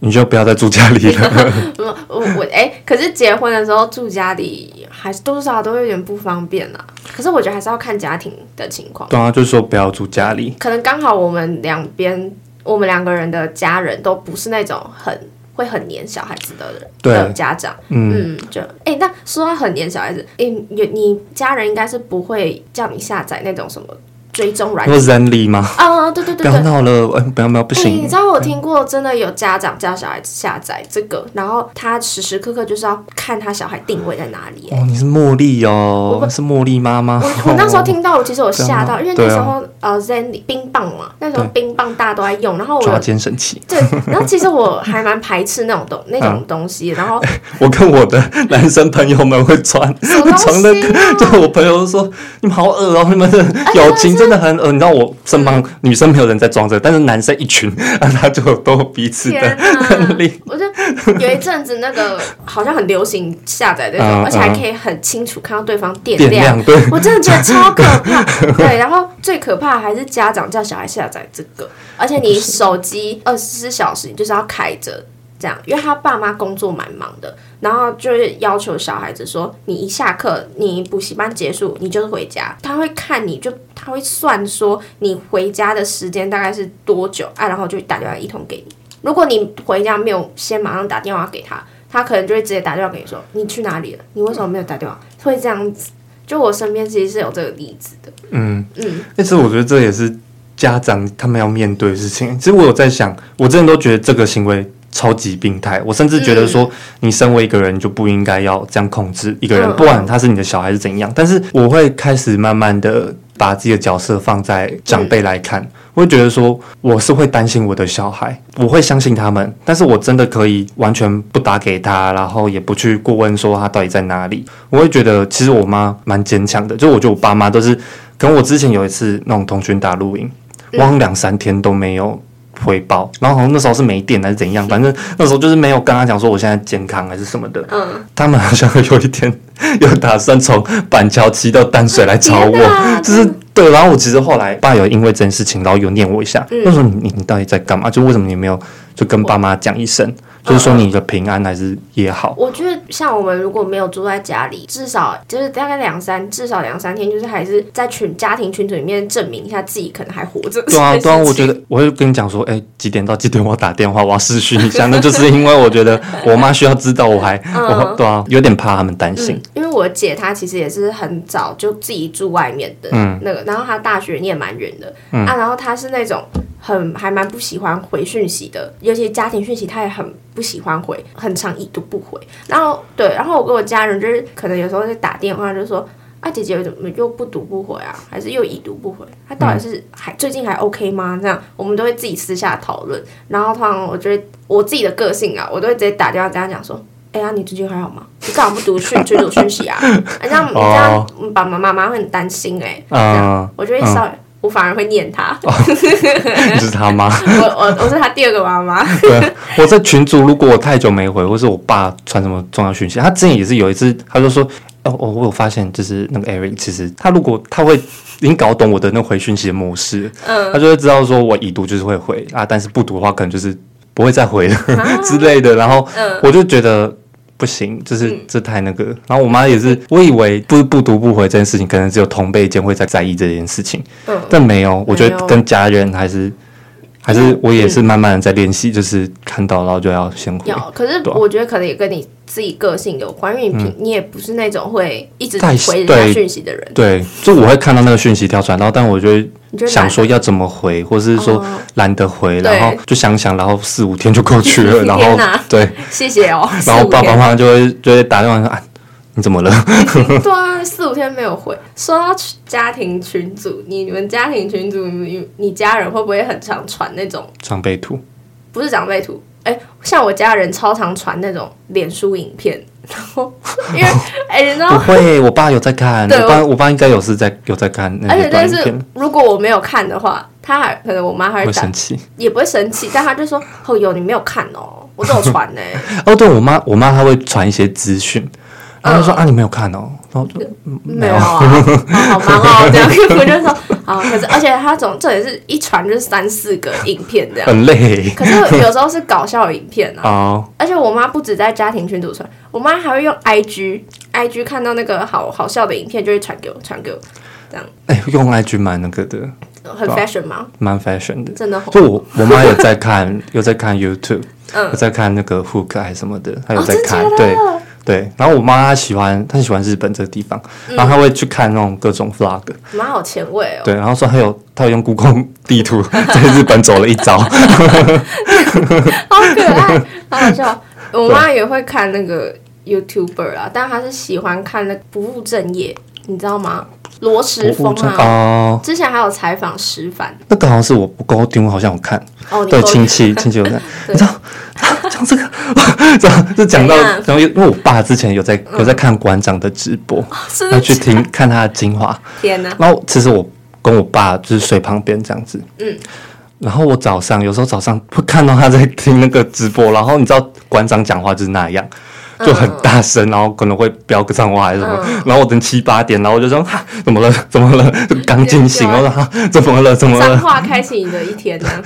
Speaker 1: 你就不要再住家里了。
Speaker 2: 我我我哎、可是结婚的时候住家里还是多多少少都会有点不方便啦。可是我觉得还是要看家庭的情况，
Speaker 1: 对啊，就是说不要住家里。
Speaker 2: 可能刚好我们两边我们两个人的家人都不是那种很会很黏小孩子的人
Speaker 1: 对
Speaker 2: 的家长，嗯就哎、那说到很黏小孩子，哎、有你家人应该是不会叫你下载那种什么追踪软
Speaker 1: 你
Speaker 2: 件
Speaker 1: 说人力吗？
Speaker 2: 啊、对对
Speaker 1: 不
Speaker 2: 对
Speaker 1: 要
Speaker 2: 对。
Speaker 1: 闹了，哎，不要不要，不
Speaker 2: 哎、
Speaker 1: 行
Speaker 2: 你。知道我听过真的有家长叫小孩子下载这个，然后他时时刻刻就是要看他小孩定位在哪里、哎
Speaker 1: 哦，你是茉莉哦，是茉莉妈哦妈。
Speaker 2: 我我那时候听到，我其实我 吓到，
Speaker 1: 这样吗
Speaker 2: 因为那时候、
Speaker 1: 啊
Speaker 2: 呃 Zen 冰棒嘛，那时候冰棒大家都在用，然后我
Speaker 1: 抓
Speaker 2: 有
Speaker 1: 奸神器，
Speaker 2: 对，然后其实我还蛮排斥那 种东那种东西，然后
Speaker 1: 我跟我的男生朋友们会传，
Speaker 2: 什么
Speaker 1: 会传
Speaker 2: 东
Speaker 1: 的，
Speaker 2: 西啊、
Speaker 1: 就我朋友都说你们好恶哦，你们的
Speaker 2: 哎
Speaker 1: 友情真的很恶。你知道我身
Speaker 2: 嗯
Speaker 1: 旁女生没有人在装这个，但是男生一群， 啊，他就都有彼此
Speaker 2: 天
Speaker 1: 的
Speaker 2: 哪
Speaker 1: 能！ 力。
Speaker 2: 我就有一阵子那个好像很流行下载这种，
Speaker 1: 嗯
Speaker 2: 而且还可以很清楚看到对方电
Speaker 1: 点
Speaker 2: 量。
Speaker 1: 亮对，
Speaker 2: 我真的觉得超可怕，对，然后最可怕还是家长叫小孩下载这个，而且你手机二十四小时你就是要开着，这样，因为他爸妈工作蛮忙的，然后就是要求小孩子说，你一下课，你补习班结束，你就是回家，他会看你就他会算说你回家的时间大概是多久，啊，然后就打电话一通给你，如果你回家没有先马上打电话给他。他可能就会直接打电话给你说你去哪里了，你为什么没有打电话？会这样子，就我身边其实是有这个例子的。
Speaker 1: 嗯
Speaker 2: 嗯，
Speaker 1: 但是我觉得这也是家长他们要面对的事情。其实我有在想，我真的都觉得这个行为超级病态。我甚至觉得说，你身为一个人，你就不应该要这样控制一个人，
Speaker 2: 嗯嗯
Speaker 1: 不管他是你的小孩是怎样。但是我会开始慢慢的把自己的角色放在长辈来
Speaker 2: 嗯
Speaker 1: 看。我会觉得说，我是会担心我的小孩，我会相信他们，但是我真的可以完全不打给他，然后也不去过问说他到底在哪里。我会觉得，其实我妈蛮坚强的，就我觉得我爸妈都是可能我之前有一次那种同群打露营，我好像两三天都没有回报，然后好像那时候是没电还是怎样，反正那时候就是没有跟他讲说我现在健康还是什么的。
Speaker 2: 嗯，
Speaker 1: 他们好像有一天有打算从板桥骑到淡水来找
Speaker 2: 啊天哪
Speaker 1: 我， 就是对。然后我其实后来爸有因为这件事情，然后有念我一下，
Speaker 2: 嗯
Speaker 1: 那时候你你到底在干嘛？就为什么你没有就跟爸妈讲一声，
Speaker 2: 嗯
Speaker 1: 就是说你的平安还是也好。
Speaker 2: 我觉得像我们如果没有住在家里，至少就是大概两三，至少两三天，就是还是在群家庭群组里面证明一下自己可能还活 着。
Speaker 1: 对啊，对啊，我觉
Speaker 2: 得
Speaker 1: 得我会跟你讲说，哎、几点到几点我要打电话，我要视 讯一下。那就是因为我觉得我妈需要知道我还，我对啊，有点怕他们担心。
Speaker 2: 嗯因为我姐她其实也是很早就自己住外面的
Speaker 1: 嗯
Speaker 2: 那个，然后她大学念蛮远的、啊，然后她是那种很还蛮不喜欢回讯息的，尤其家庭讯息她也很不喜欢回，很长已读不回。然后对，然后我跟我家人就是可能有时候在打电话就说。啊，姐姐怎么又不读不回啊？还是又已读不回？她到底是还、最近还 OK 吗？这样我们都会自己私下讨论。然后通常我觉得我自己的个性啊，我都会直接打电话跟她讲说，哎呀，你最近还好吗？你干嘛不读讯追读 讯息啊？啊这样你这样
Speaker 1: 哦，
Speaker 2: 嗯爸爸妈妈会很担心哎、
Speaker 1: 嗯、
Speaker 2: 我就会稍微，我反而会 念他。
Speaker 1: 哦你是他妈。
Speaker 2: 我我我是他第二个妈妈。
Speaker 1: 对，我在群组如果我太久没回，或是我爸传什么重要讯息，他之前也是有一次，他就说，哦，我我有发现，就是那个 Eric，其实他如果他会已经搞懂我的那回讯息的模式，嗯，他就会知道说我已读就是会回啊，但是不读的话，可能就是不会再回了、 之类的。然后我就觉得。不行，就是这太那个。然后我妈也是，我以为不不读不回这件事情，可能只有同辈间会在在意这件事情，
Speaker 2: 嗯
Speaker 1: 但没有。我觉
Speaker 2: 没
Speaker 1: 得
Speaker 2: 有
Speaker 1: 跟家人还是还
Speaker 2: 嗯
Speaker 1: 是我也是慢慢的在练习，就是看到然后就要先回。
Speaker 2: 要，可是
Speaker 1: 对啊
Speaker 2: 我觉得可能也跟你自己个性有关，因为你平、你也不是那种会一直
Speaker 1: 在
Speaker 2: 回人家
Speaker 1: 对
Speaker 2: 讯息的人，
Speaker 1: 对，就我会看到那个讯息跳出来，然后但我就会
Speaker 2: 你就
Speaker 1: 想说要怎么回，或是说
Speaker 2: 哦
Speaker 1: 懒得回，
Speaker 2: 对
Speaker 1: 然后就想想，然后四五天就过去了，
Speaker 2: 天
Speaker 1: 然后
Speaker 2: 哪
Speaker 1: 对，
Speaker 2: 谢谢哦，
Speaker 1: 然后
Speaker 2: 四五
Speaker 1: 爸爸
Speaker 2: 天
Speaker 1: 妈妈就会就会打电话说啊，你怎么了？
Speaker 2: 对啊，四五天没有回。说到家庭群组，你你们家庭群组，你你家人会不会很常传那种
Speaker 1: 长辈图，
Speaker 2: 不是长辈图？哎、像我家人超常传那种脸书影片，然后 因为哎、你知
Speaker 1: 不
Speaker 2: 道，
Speaker 1: 会，我爸有在看，
Speaker 2: 对
Speaker 1: 我爸我爸应该有是在有在看那
Speaker 2: 而
Speaker 1: 些
Speaker 2: 且
Speaker 1: 短
Speaker 2: 但是
Speaker 1: 片，
Speaker 2: 如果我没有看的话，他还可能我妈还会
Speaker 1: 会
Speaker 2: 打
Speaker 1: 生，气。
Speaker 2: 也不会生气，但他就说哦有你没有看哦，我都有传 呢、
Speaker 1: 哦，对我妈，我妈她会传一些资讯，然后她
Speaker 2: 嗯
Speaker 1: 说、啊，你没有看哦，然后就嗯
Speaker 2: 没有啊，好好忙哦，这样我就 说好，可是而且他总这也是一传就是三四个影片这 样。
Speaker 1: 很累
Speaker 2: 可是有时候是搞笑影片 啊，
Speaker 1: 哦，
Speaker 2: 而且我妈不止在家庭群组传，我妈还会用 IG，IG 看到那个好好笑的影片就会传给我，传给我，
Speaker 1: 哎，用 IG 蛮那个的，
Speaker 2: 很
Speaker 1: 对啊
Speaker 2: fashion 吗？
Speaker 1: 蛮 fashion 的。
Speaker 2: 真的哦红
Speaker 1: 就我我妈有在看，有在看 YouTube，、有在看那个 Hook 还是什么的，她有在看，
Speaker 2: 嗯哦真的
Speaker 1: 对
Speaker 2: 假的
Speaker 1: 对。然后我妈她喜欢，她喜欢日本这个地方，
Speaker 2: 嗯
Speaker 1: 然后她会去看那种各种 vlog，、
Speaker 2: 妈好前卫 哦，
Speaker 1: 对，然后说她有她有用 Google 地图在日本走了一遭，
Speaker 2: 好可爱，好好 笑。我妈也会看那个 YouTuber 啊，但她是喜欢看那个不务正业，你知道吗？罗时
Speaker 1: 我
Speaker 2: 丰
Speaker 1: 我真
Speaker 2: 啊，
Speaker 1: 哦，
Speaker 2: 之前还有采访石凡
Speaker 1: 那个好像是我不够定，我好像有看，
Speaker 2: 哦，你
Speaker 1: 对
Speaker 2: 都
Speaker 1: 亲戚亲戚有看，
Speaker 2: 对
Speaker 1: 你知道。啊讲这个， 这样就讲到，
Speaker 2: 怎样嗯
Speaker 1: 然后因为我爸之前有在、有在看馆长的直播，
Speaker 2: 是
Speaker 1: 然后去听看他的精华，
Speaker 2: 天 哪，
Speaker 1: 然后其实我跟我爸就是睡旁边这样子，嗯，然后我早上有时候早上会看到他在听那个直播，然后你知道馆长讲话就是那样。就很
Speaker 2: 嗯
Speaker 1: 大声，然后可能会飙个脏话还是什么，然后我等七八点，然后我就说哈怎么了怎么了， 就刚惊醒，
Speaker 2: 有
Speaker 1: 我
Speaker 2: 有
Speaker 1: 说哈怎么了怎么
Speaker 2: 脏
Speaker 1: 了，
Speaker 2: 话开启你的一天呢、啊？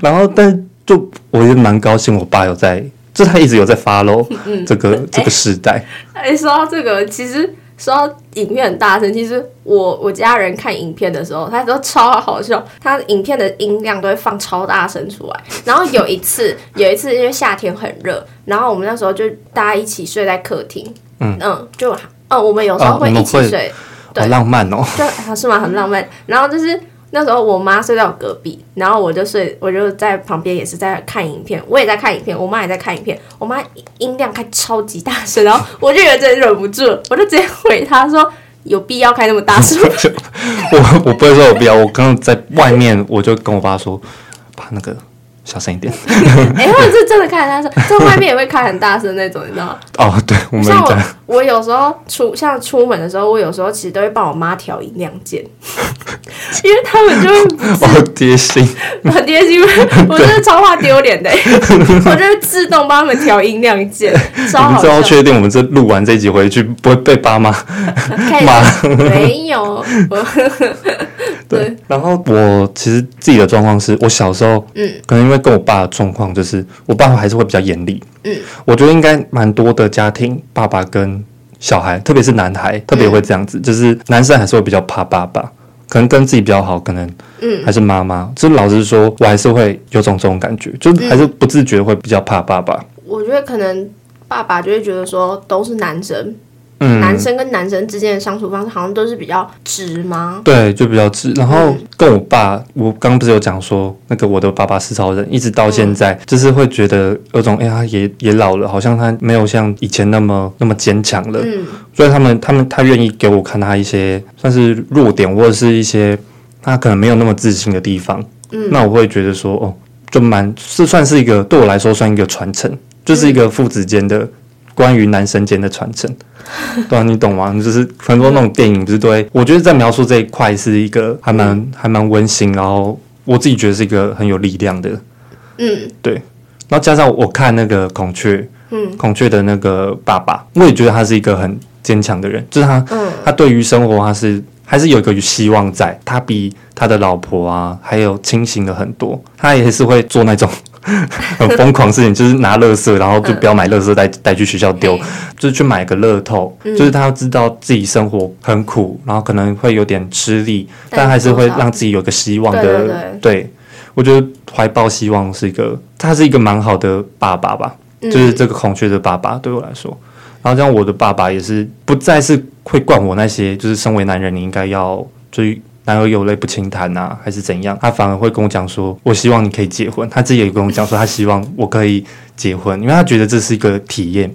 Speaker 1: 然后但就我也蛮高兴，我爸有在，就他一直有在 follow
Speaker 2: 嗯
Speaker 1: 这个、这个时代，
Speaker 2: 哎，说到这个，其实说到影片很大声，其实我我家人看影片的时候，他都超好笑，他影片的音量都会放超大声出来。然后有一次，有一次因为夏天很热，然后我们那时候就大家一起睡在客厅，嗯就嗯，我们有时候
Speaker 1: 哦
Speaker 2: 会
Speaker 1: 你们
Speaker 2: 一起
Speaker 1: 会
Speaker 2: 睡，对
Speaker 1: 好浪漫哦，
Speaker 2: 就啊是吗？很浪漫。然后就是那时候我妈睡在我隔壁，然后我就睡，我就在旁边也是在看影片，我也在看影片，我妈也在看影片。我妈音量开超级大声，然后我就有点忍不住了，我就直接回她说：“有必要开那么大声 吗？
Speaker 1: 我我不会说我不要，我刚刚在外面我就跟我爸说，把那个小声一点。
Speaker 2: 哎、或者是真的开很大声，在外面也会开很大声那种，你知道吗？
Speaker 1: 哦，对，我们
Speaker 2: 像我
Speaker 1: 在，
Speaker 2: 我有时候出像出门的时候，我有时候其实都会帮我妈调音量键，因为他们就会不
Speaker 1: 我好哦贴心，
Speaker 2: 很贴 心，我真的超怕丢脸的，欸 我就是自动帮他们调音量键， 超
Speaker 1: 我们
Speaker 2: 好
Speaker 1: 最后
Speaker 2: 笑。
Speaker 1: 确定我们这录完这集回去不会被爸妈
Speaker 2: 可以 没有，我 对
Speaker 1: 对。然后我其实自己的状况是我小时候，
Speaker 2: 嗯，
Speaker 1: 可能因为跟我爸的状况，就是我爸还是会比较严厉，
Speaker 2: 嗯，
Speaker 1: 我觉得应该蛮多的家庭，爸爸跟小孩，特别是男
Speaker 2: 嗯
Speaker 1: 孩，特别会这样子，就是男生还是会比较怕爸爸。可能跟自己比较好，可能
Speaker 2: 嗯
Speaker 1: 还是妈妈。就是老实说，我还是会有种这种感觉，就是还是不自觉会比较怕爸爸。
Speaker 2: 我觉得可能爸爸就会觉得说都是男生，
Speaker 1: 嗯，
Speaker 2: 男生跟男生之间的相处方式好像都是比较直吗？
Speaker 1: 对，就比较直。然后跟我爸，我刚刚不是有讲说，那个我的爸爸是超人，一直到现在，就是会觉得有种，哎、呀，他也也老了，好像他没有像以前那么那么坚强了。
Speaker 2: 嗯，
Speaker 1: 所以他们他们他愿意给我看他一些算是弱点，或者是一些他可能没有那么自信的地方。嗯，那我会觉得说，哦，就蛮是算是一个对我来说算一个传承，就是一个父子间的。关于男生间的传承，对啊，你懂吗？就是很多那种电影，不是都会，我觉得在描述这一块是一个还蛮、还蛮温馨，然后我自己觉得是一个很有力量的，
Speaker 2: 嗯，
Speaker 1: 对。然后加上我看那个孔雀，
Speaker 2: 嗯，
Speaker 1: 孔雀的那个爸爸，我也觉得他是一个很坚强的人，就是他，
Speaker 2: 嗯
Speaker 1: 他对于生活他是还是有一个希望在，他比他的老婆啊还有清醒了很多，他也是会做那种 很疯狂的事情，就是拿垃圾，然后就不要买垃圾
Speaker 2: 嗯
Speaker 1: 带带去学校丢
Speaker 2: 嘿，
Speaker 1: 就是去买个乐透，
Speaker 2: 嗯
Speaker 1: 就是他要知道自己生活很苦，然后可能会有点吃力，
Speaker 2: 但
Speaker 1: 但还是会
Speaker 2: 多少
Speaker 1: 让自己有个希望
Speaker 2: 对
Speaker 1: 的，对。我觉得怀抱希望是一个，他是一个蛮好的爸爸吧，
Speaker 2: 嗯
Speaker 1: 就是这个孔雀的爸爸对我来说。然后这样，我的爸爸也是不再是会惯我那些，就是身为男人你应该要就是男儿有泪不轻弹呐，还是怎样？他反而会跟我讲说，我希望你可以结婚。他自己也跟我讲说，他希望我可以结婚，因为他觉得这是一个体验。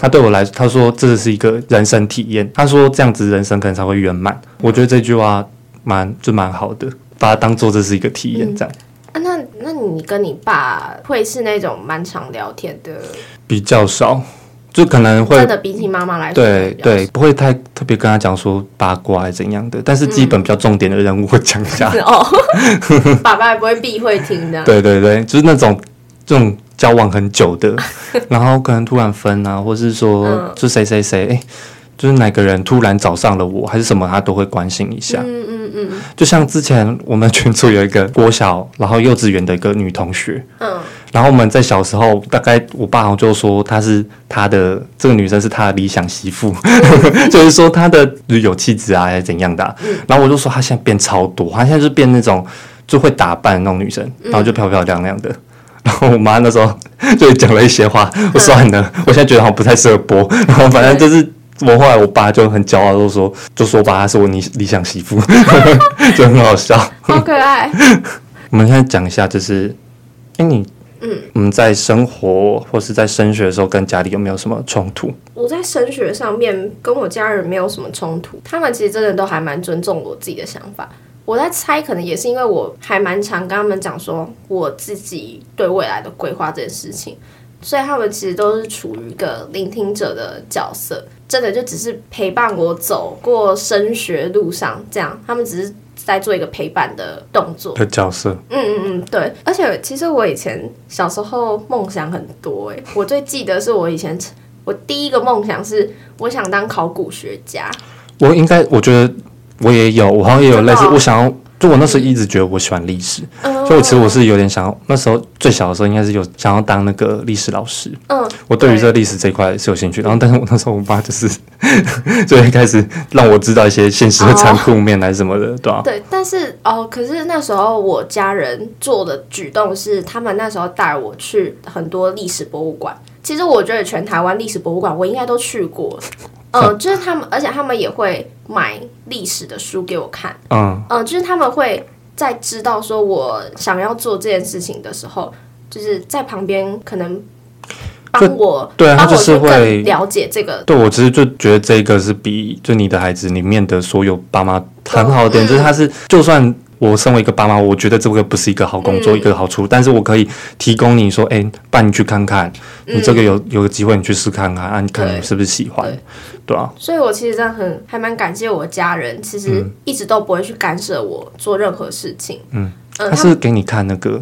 Speaker 1: 他对我来，他说这是一个人生体验。他说这样子人生可能才会圆满。我觉得这句话蛮就蛮好的，把它当做这是一个体验这样。
Speaker 2: 啊，那那你跟你爸会是那种蛮常聊天的，
Speaker 1: 比较少，就可能会
Speaker 2: 真的比起妈妈来说
Speaker 1: 对
Speaker 2: 比较
Speaker 1: 对，不会太特别跟他讲说八卦还是怎样的，但是基本比较重点的人物会讲一下。
Speaker 2: 嗯是 哦，爸爸也不会避讳听 的。
Speaker 1: 对对对，就是那种这种交往很久 的，然后可能突然分啊，或是说
Speaker 2: 嗯
Speaker 1: 就谁谁谁，哎、就是哪个人突然找上了我，还是什么，他都会关心一下。
Speaker 2: 嗯嗯嗯
Speaker 1: 就像之前我们群组有一个国小，然后幼稚园的一个女同学，
Speaker 2: 嗯，
Speaker 1: 然后我们在小时候，大概我爸好像就说她是他的这个女生是他的理想媳妇， 就是说她的有气质啊，还是怎样的啊、然后我就说她现在变超多，她现在就是变那种就会打扮的那种女生，然后就漂漂亮亮的。然后我妈那时候就讲了一些话，我算了，我现在觉得好像不太适合播。然后反正就是我后来我爸就很骄傲，就说就说吧，她是我理理想媳妇， 就很好笑。
Speaker 2: 好可爱。
Speaker 1: 我们现在讲一下，就是，哎、你，
Speaker 2: 嗯，
Speaker 1: 我们在生活或是在升学的时候，跟家里有没有什么冲突？
Speaker 2: 我在升学上面跟我家人没有什么冲突，他们其实真的都还蛮尊重我自己的想法。我在猜，可能也是因为我还蛮常跟他们讲说我自己对未来的规划这件事情，所以他们其实都是处于一个聆听者的角色，真的就只是陪伴我走过升学路上这样，他们只是在做一个陪伴的动作。
Speaker 1: 的呃角色，
Speaker 2: 嗯嗯嗯，对。而且其实我以前小时候梦想很多哎、我最记得是我以前 我第一个梦想是我想当考古学家，
Speaker 1: 我应该，我觉得我也有，我好像也有类似，
Speaker 2: 真的哦
Speaker 1: 我想要。就我那时候一直觉得我喜欢历史，
Speaker 2: 嗯
Speaker 1: 所以我其实我是有点想要，那时候最小的时候应该是有想要当那个历史老师。
Speaker 2: 嗯，
Speaker 1: 我对于这历史这一块是有兴趣，然后但是我那时候我爸就是 就会开始让我知道一些现实
Speaker 2: 哦
Speaker 1: 的残酷面还是什么的，对吧、
Speaker 2: 对，但是哦，可是那时候我家人做的举动是，他们那时候带我去很多历史博物馆。其实我觉得全台湾历史博物馆我应该都去过，嗯，就是他们，而且他们也会买历史的书给我看。
Speaker 1: 嗯，
Speaker 2: 嗯，就是他们会在知道说我想要做这件事情的时候，就是在旁边可能帮我，
Speaker 1: 对啊
Speaker 2: 帮
Speaker 1: 他就
Speaker 2: 我
Speaker 1: 是
Speaker 2: 去
Speaker 1: 会
Speaker 2: 更了解这个。
Speaker 1: 对，我只是就觉得这个是比就你的孩子里面的所有爸妈很好的点，就是他是就算我身为一个爸妈，我觉得这个不是一个好工
Speaker 2: 嗯
Speaker 1: 作，一个好处，但是我可以提供你说，哎、爸你去看看，你这个有有个机会你去试看看，啊，你看你
Speaker 2: 嗯对
Speaker 1: 是不是喜欢
Speaker 2: 对，
Speaker 1: 对啊，
Speaker 2: 所以我其实真的很还蛮感谢我家人，其
Speaker 1: 嗯
Speaker 2: 实一直都不会去干涉我做任何事情。嗯，嗯，
Speaker 1: 他
Speaker 2: 他嗯
Speaker 1: 是给你看那个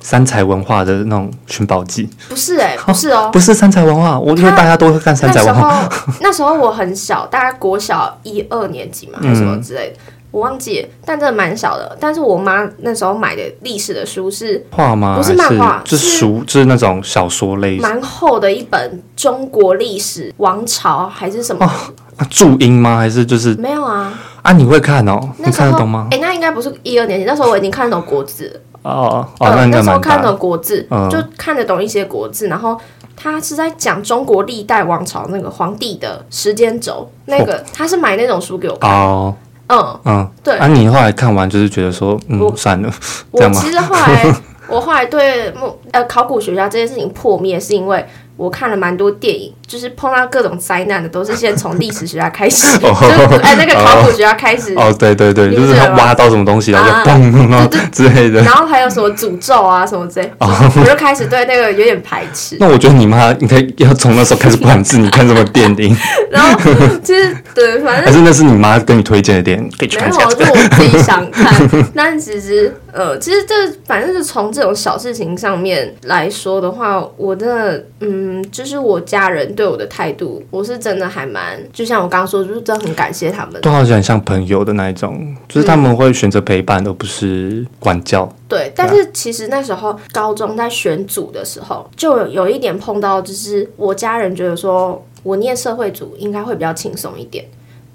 Speaker 1: 三才文化的那种寻宝记，
Speaker 2: 不是哎、不是 哦。
Speaker 1: 不是三才文化，我因为
Speaker 2: 他
Speaker 1: 大家都会看三
Speaker 2: 那
Speaker 1: 才
Speaker 2: 时
Speaker 1: 文化，
Speaker 2: 候那时候我很小，大概国小一二年级嘛，还是什么
Speaker 1: 嗯
Speaker 2: 之类的，我忘记了，但真的蛮小的。但是我妈那时候买的历史的书是
Speaker 1: 画吗？
Speaker 2: 不是
Speaker 1: 还
Speaker 2: 漫画
Speaker 1: 就是
Speaker 2: 是
Speaker 1: 书，就是那种小说类的，
Speaker 2: 蛮厚的一本中国历史王朝还是什么？
Speaker 1: 啊注音吗？还是就是
Speaker 2: 没有啊，
Speaker 1: 啊？你会看哦？
Speaker 2: 那
Speaker 1: 你
Speaker 2: 时
Speaker 1: 看
Speaker 2: 候
Speaker 1: 得懂吗？
Speaker 2: 哎、那应该不是一二年级，那时候我已经看得懂国字，
Speaker 1: 哦哦，
Speaker 2: 呃
Speaker 1: 那应该
Speaker 2: 那时候
Speaker 1: 蛮大
Speaker 2: 看得
Speaker 1: 的。
Speaker 2: 懂国字，
Speaker 1: 嗯
Speaker 2: 就看得懂一些国字，然后。他是在讲中国历代王朝那个皇帝的时间轴，那个他是买那种书给我看，
Speaker 1: 哦，
Speaker 2: 嗯，
Speaker 1: 嗯，
Speaker 2: 对
Speaker 1: 啊，你后来看完就是觉得说，嗯，
Speaker 2: 我
Speaker 1: 算了，这
Speaker 2: 我
Speaker 1: 样吗
Speaker 2: 其实后来 我后来对梦呃考古学家这件事情破灭，是因为我看了蛮多电影，就是碰到各种灾难的，都是先从历史学家开始， 就
Speaker 1: 哦
Speaker 2: 哎、那个考古学家开始，
Speaker 1: 哦，对对对，
Speaker 2: 你
Speaker 1: 就
Speaker 2: 不
Speaker 1: 是
Speaker 2: 觉
Speaker 1: 他
Speaker 2: 得吗
Speaker 1: 挖到什么东西，然后就
Speaker 2: 啊
Speaker 1: 嘣，然后 之类的。
Speaker 2: 然后还有什么诅咒啊什么之类，
Speaker 1: 哦
Speaker 2: 我就开始对那个有点排斥。
Speaker 1: 那我觉得你妈应该要从那时候开始管制你看什么电 影，
Speaker 2: 然后就是对，反
Speaker 1: 还
Speaker 2: 正
Speaker 1: 是那是你妈跟你推荐的电影，可以去
Speaker 2: 没
Speaker 1: 看
Speaker 2: 有，
Speaker 1: 一下。
Speaker 2: 就我自己 想看。但其实呃，其实这反正是从这种小事情上面来说的话，我真的嗯，就是我家人对我的态度，我是真的还蛮，就像我刚刚说，就是真的很感谢他们。
Speaker 1: 都好啊像很像朋友的那一种，就是他们会选择陪伴，而不是管教。
Speaker 2: 对，但是其实那时候高中在选组的时候，就有有一点碰到，就是我家人觉得说我念社会组应该会比较轻松一点，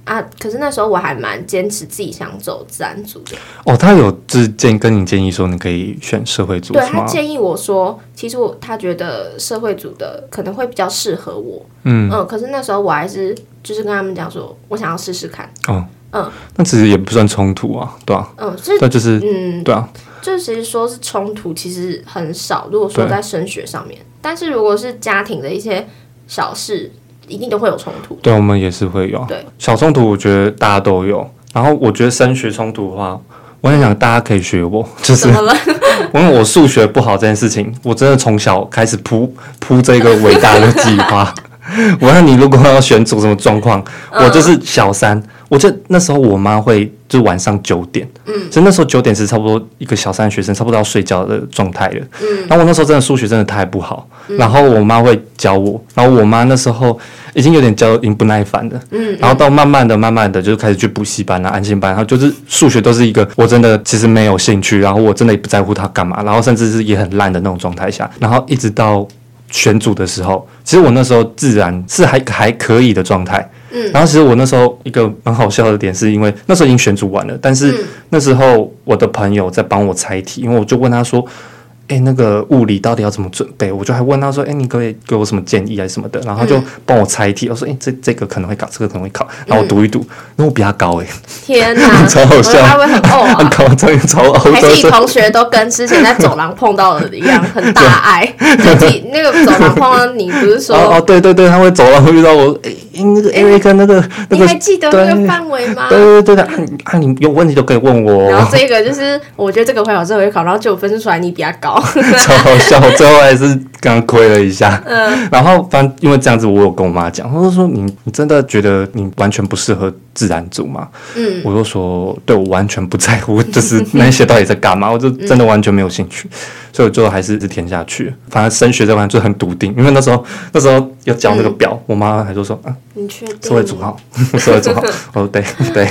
Speaker 2: 啊，可是那时候我还蛮坚持自己想走自然组的。
Speaker 1: 哦，他有就是建跟你建议说你可以选社会组
Speaker 2: 对
Speaker 1: 是
Speaker 2: 他
Speaker 1: 吗？
Speaker 2: 建议我说，其实我他觉得社会组的可能会比较适合我。嗯可是那时候我还是就是跟他们讲说，我想要试试看。
Speaker 1: 哦那其实也不算冲突啊，对啊，
Speaker 2: 嗯，就是
Speaker 1: 但就是
Speaker 2: 嗯，
Speaker 1: 对啊，
Speaker 2: 就其实说是冲突，其实很少。如果说
Speaker 1: 对
Speaker 2: 在升学上面，但是如果是家庭的一些小事，一定都会有冲突。
Speaker 1: 对我们也是会有啊
Speaker 2: 对
Speaker 1: 小冲突，我觉得大家都有。然后我觉得升学冲突的话，我很想大家可以学我，就是
Speaker 2: 怎么了？
Speaker 1: 因 为我数学不好这件事情，我真的从小开始铺铺这个伟大的计划。 我让你如果要选组什么状况，我就是小三。我记得那时候我妈会就晚上九点，嗯，所以那时候九点是差不多一个小三的学生差不多要睡觉的状态了。嗯，然后我那时候真的数学真的太不好，然后我妈会教我，然后我妈那时候已经有点教已经不耐烦了，嗯，然后到慢慢的、慢慢的就是开始去补习班啊、安心班，然后就是数学都是一个我真的其实没有兴趣，然后我真的也不在乎它干嘛，然后甚至是也很烂的那种状态下，然后一直到选组的时候，其实我那时候自然是还还可以的状态。 嗯，然后其实我那时候一个蛮好笑的点，是因为那时候已经选组完了，但是
Speaker 2: 嗯
Speaker 1: 那时候我的朋友在帮我猜题，因为我就问他说：“哎、那个物理到底要怎么准备？”我就还问他说：“哎、你可不可以给我什么建议啊什么的？”然后他
Speaker 2: 嗯
Speaker 1: 就帮我猜题，我说：“哎、这这个可能会考，这个可能会考。”然后我读一读，因为我比他高哎、
Speaker 2: 天 哪，
Speaker 1: 超好
Speaker 2: 我觉得
Speaker 1: 笑
Speaker 2: 他会很呕
Speaker 1: 他
Speaker 2: 啊。
Speaker 1: 高真的超欧
Speaker 2: 还
Speaker 1: 洲
Speaker 2: 是你
Speaker 1: 生，
Speaker 2: 同学都跟之前在走廊碰到的一样，很大 爱。就你那个走廊碰到你，不是说、
Speaker 1: 哦哦对对对，他会走廊会遇到我，哎、诶那个 Eric 那个那
Speaker 2: 你
Speaker 1: 个
Speaker 2: 还记得那个范围吗？
Speaker 1: 对对对对，啊你啊你有问题都可以问我
Speaker 2: 然后
Speaker 1: 哦，
Speaker 2: 这个就是，我觉得这个会考，这个会考，然后结果分数出来你比他 高。
Speaker 1: 超好笑，我最后还是刚刚亏了一下。嗯，然后反正因为这样子，我有跟我妈讲，她就说你你真的觉得你完全不适合自然组吗？
Speaker 2: 嗯，
Speaker 1: 我就说对我完全不在乎，就是那些到底在干嘛，我就真的完全没有兴趣，所以我最后还是填下去。反正升学这块就很笃定，因为那时候那时候要交那个表，我妈还就说啊，
Speaker 2: 你确定？
Speaker 1: 社会组好，社会组好，我说对 对，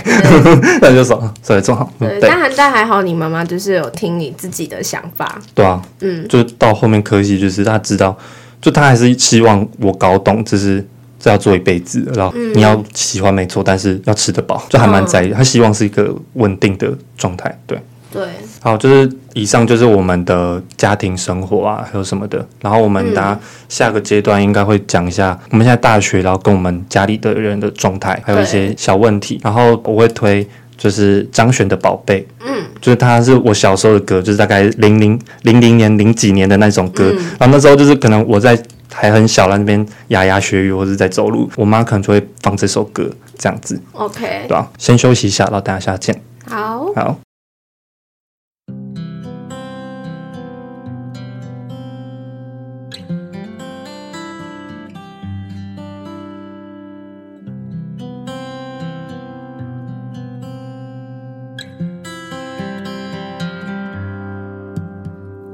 Speaker 1: 那就说啊社会组好，嗯
Speaker 2: 对，
Speaker 1: 对
Speaker 2: 但但还好，你妈妈就是有听你自己的想法。
Speaker 1: 对啊，
Speaker 2: 嗯，
Speaker 1: 就到后面科系，就是他知道，就他还是希望我搞懂，就是这要做一辈子，然后你要喜欢没错，但是要吃得饱，就还蛮在意。他希望是一个稳定的状态，对。
Speaker 2: 对，
Speaker 1: 好，就是以上就是我们的家庭生活啊，还有什么的。然后我们大家下个阶段应该会讲一下我们现在大学，然后跟我们家里的人的状态，还有一些小问题。然后我会推就是张悬的《宝贝》，嗯，就是它是我小时候的歌，就是大概零零零零年零几年的那种歌。然后那时候就是可能我在还很小，那边牙牙学语，或者在走路，我妈可能就会放这首歌，这样子，
Speaker 2: ，OK，
Speaker 1: 对吧、先休息一下，然后等一下见。
Speaker 2: 好。
Speaker 1: 好。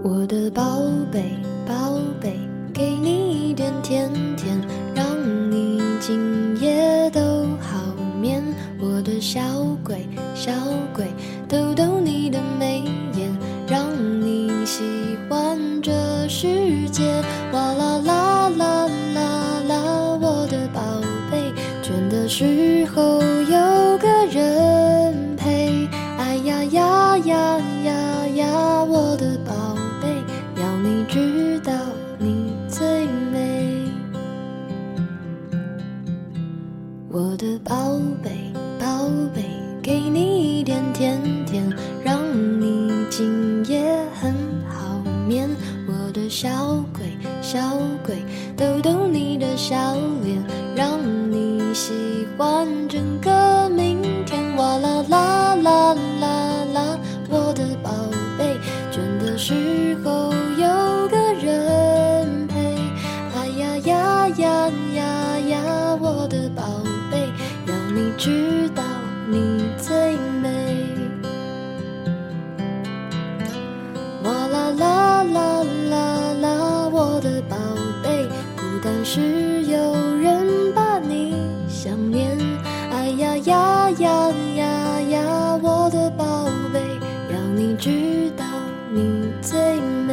Speaker 3: 我的宝贝，宝贝，给你一点甜甜，让你今夜都好眠。我的小鬼，小鬼，逗逗你的眉眼，让你喜欢这世界。哇啦啦啦啦啦，我的宝贝，倦的时候有个人陪。哎呀呀呀呀呀，我的宝贝，要你知道你最美。我的宝贝，宝贝，给你一点甜甜，让你今夜很好眠。我的小鬼，小鬼，逗逗你的笑脸，让你喜欢整个明天。哇啦啦啦啦啦，我的宝贝，倦的时候有个人陪。哎呀呀呀呀呀，我的宝贝，要你知道你最美。哇啦啦啦啦啦，我的宝贝，孤单时有人把你想念。哎呀呀呀呀呀，我的宝贝，要你知道你最美。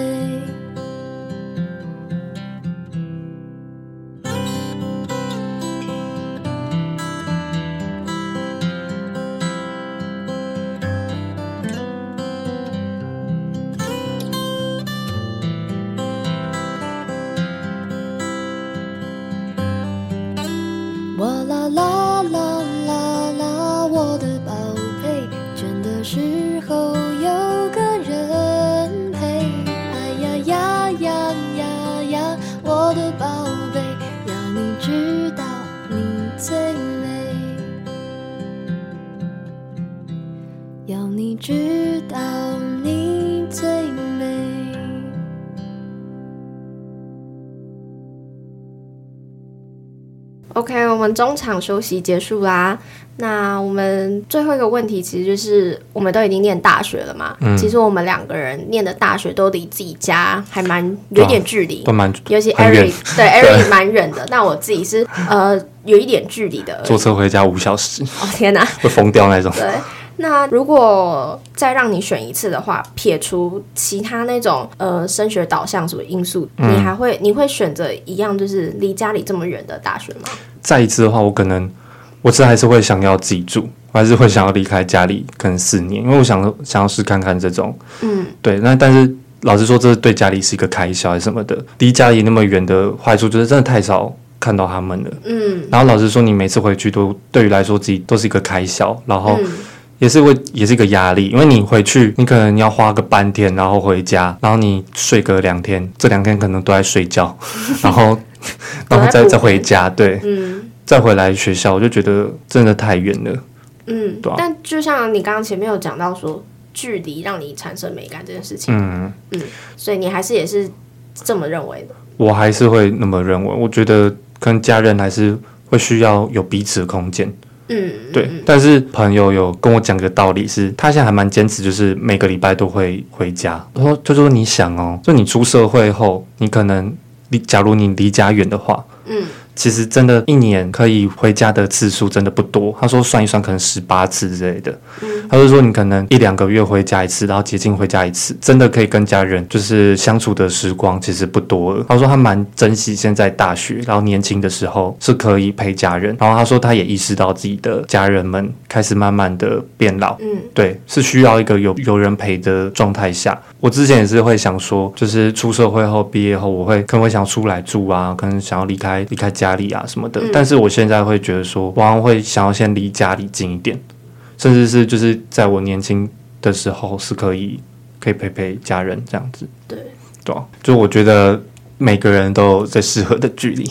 Speaker 3: 哎
Speaker 2: OK，我们中场休息结束啦。那我们最后一个问题，其实就是我们都已经念大学了嘛，
Speaker 1: 嗯
Speaker 2: 其实我们两个人念的大学都离自己家还蛮有一点距离，
Speaker 1: 啊都蛮
Speaker 2: 尤其
Speaker 1: 很远
Speaker 2: Eric 对 Eric 蛮远的，但我自己是呃有一点距离的而已。
Speaker 1: 坐车回家五小时，
Speaker 2: 哦天哪，
Speaker 1: 会疯掉那种。
Speaker 2: 对。那如果再让你选一次的话，撇除其他那种呃升学导向什么因素，
Speaker 1: 嗯
Speaker 2: 你还会你会选择一样就是离家里这么远的大学吗？
Speaker 1: 再一次的话，我可能我这还是会想要自己住，我还是会想要离开家里，可能四年，因为我想想要试看看这种，
Speaker 2: 嗯，
Speaker 1: 对。那但是老实说，这对家里是一个开销还是什么的，离家里那么远的坏处就是真的太少看到他们了。
Speaker 2: 嗯
Speaker 1: 然后老实说，你每次回去都对于来说自己都是一个开销，然后
Speaker 2: 嗯
Speaker 1: 也是会也是一个压力，因为你回去你可能要花个半天，然后回家，然后你睡个两天，这两天可能都在睡觉， 然后然后再再回家，对，
Speaker 2: 嗯
Speaker 1: 再回来学校，我就觉得真的太远了。
Speaker 2: 嗯
Speaker 1: 对啊。
Speaker 2: 但就像你刚刚前面有讲到说，距离让你产生美感这件事情，
Speaker 1: 嗯，
Speaker 2: 所以你还是也是这么认为的。
Speaker 1: 我还是会那么认为，我觉得跟家人还是会需要有彼此的空间。
Speaker 2: 嗯，
Speaker 1: 对，但是朋友有跟我讲个道理是，他现在还蛮坚持，就是每个礼拜都会回家。他说，就说你想哦，就你出社会后，你可能离，假如你离家远的话，
Speaker 2: 嗯，
Speaker 1: 其实真的，一年可以回家的次数真的不多。他说算一算，可能十八次之类的。他就说你可能一两个月回家一次，然后接近回家一次，真的可以跟家人就是相处的时光其实不多了。他说他蛮珍惜现在大学，然后年轻的时候是可以陪家人。然后他说他也意识到自己的家人们开始慢慢的变老，
Speaker 2: 嗯，
Speaker 1: 对，是需要一个有有人陪的状态下。我之前也是会想说，就是出社会后、毕业后，我会可能会想出来住啊，可能想要离开离开家里啊什么的。但是我现在会觉得说，我好像会想要先离家里近一点，甚至是就是在我年轻的时候是可以可以陪陪家人这样子。
Speaker 2: 对，
Speaker 1: 对啊、就我觉得每个人都有最适合的距离，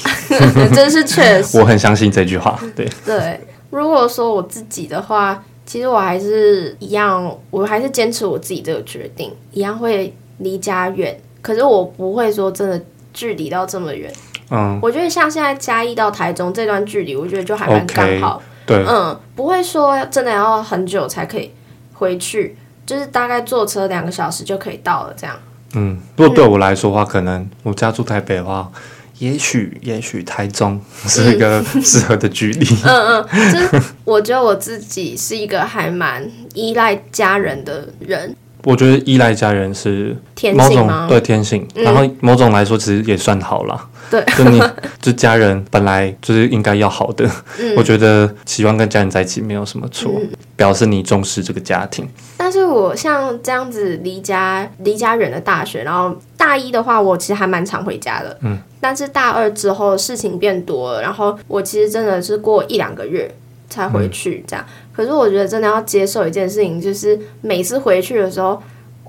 Speaker 2: 真是确实。
Speaker 1: 我很相信这句话。对，
Speaker 2: 对，如果说我自己的话，其实我还是一样，我还是坚持我自己这个决定，一样会离家远，可是我不会说真的距离到这么远。
Speaker 1: 嗯，
Speaker 2: 我觉得像现在嘉义到台中这段距离，我觉得就还蛮
Speaker 1: OK
Speaker 2: 刚好
Speaker 1: 对，
Speaker 2: 嗯，不会说真的要很久才可以回去，就是大概坐车两个小时就可以到了 这样。
Speaker 1: 嗯，如果对我来说的话，可能我家住台北的话，也许也许台中 是一个 适合的距离。
Speaker 2: 嗯就是我觉得我自己是一个还蛮依赖家人的人，
Speaker 1: 我觉得依赖家人是
Speaker 2: 天
Speaker 1: 某
Speaker 2: 性
Speaker 1: 种
Speaker 2: 吗？
Speaker 1: 对天性，
Speaker 2: 嗯
Speaker 1: 然后某种来说其实也算好啦。
Speaker 2: 对，
Speaker 1: 就你 就家人本来就是应该要好的，
Speaker 2: 嗯
Speaker 1: 我觉得喜欢跟家人在一起没有什么错，表示你重视这个家庭。
Speaker 2: 但是我像这样子离家离家远的大学，然后大一的话，我其实还蛮常回家的。嗯。但是大二之后事情变多了，然后我其实真的是过一两个月才回去这样。可是我觉得真的要接受一件事情，就是每次回去的时候，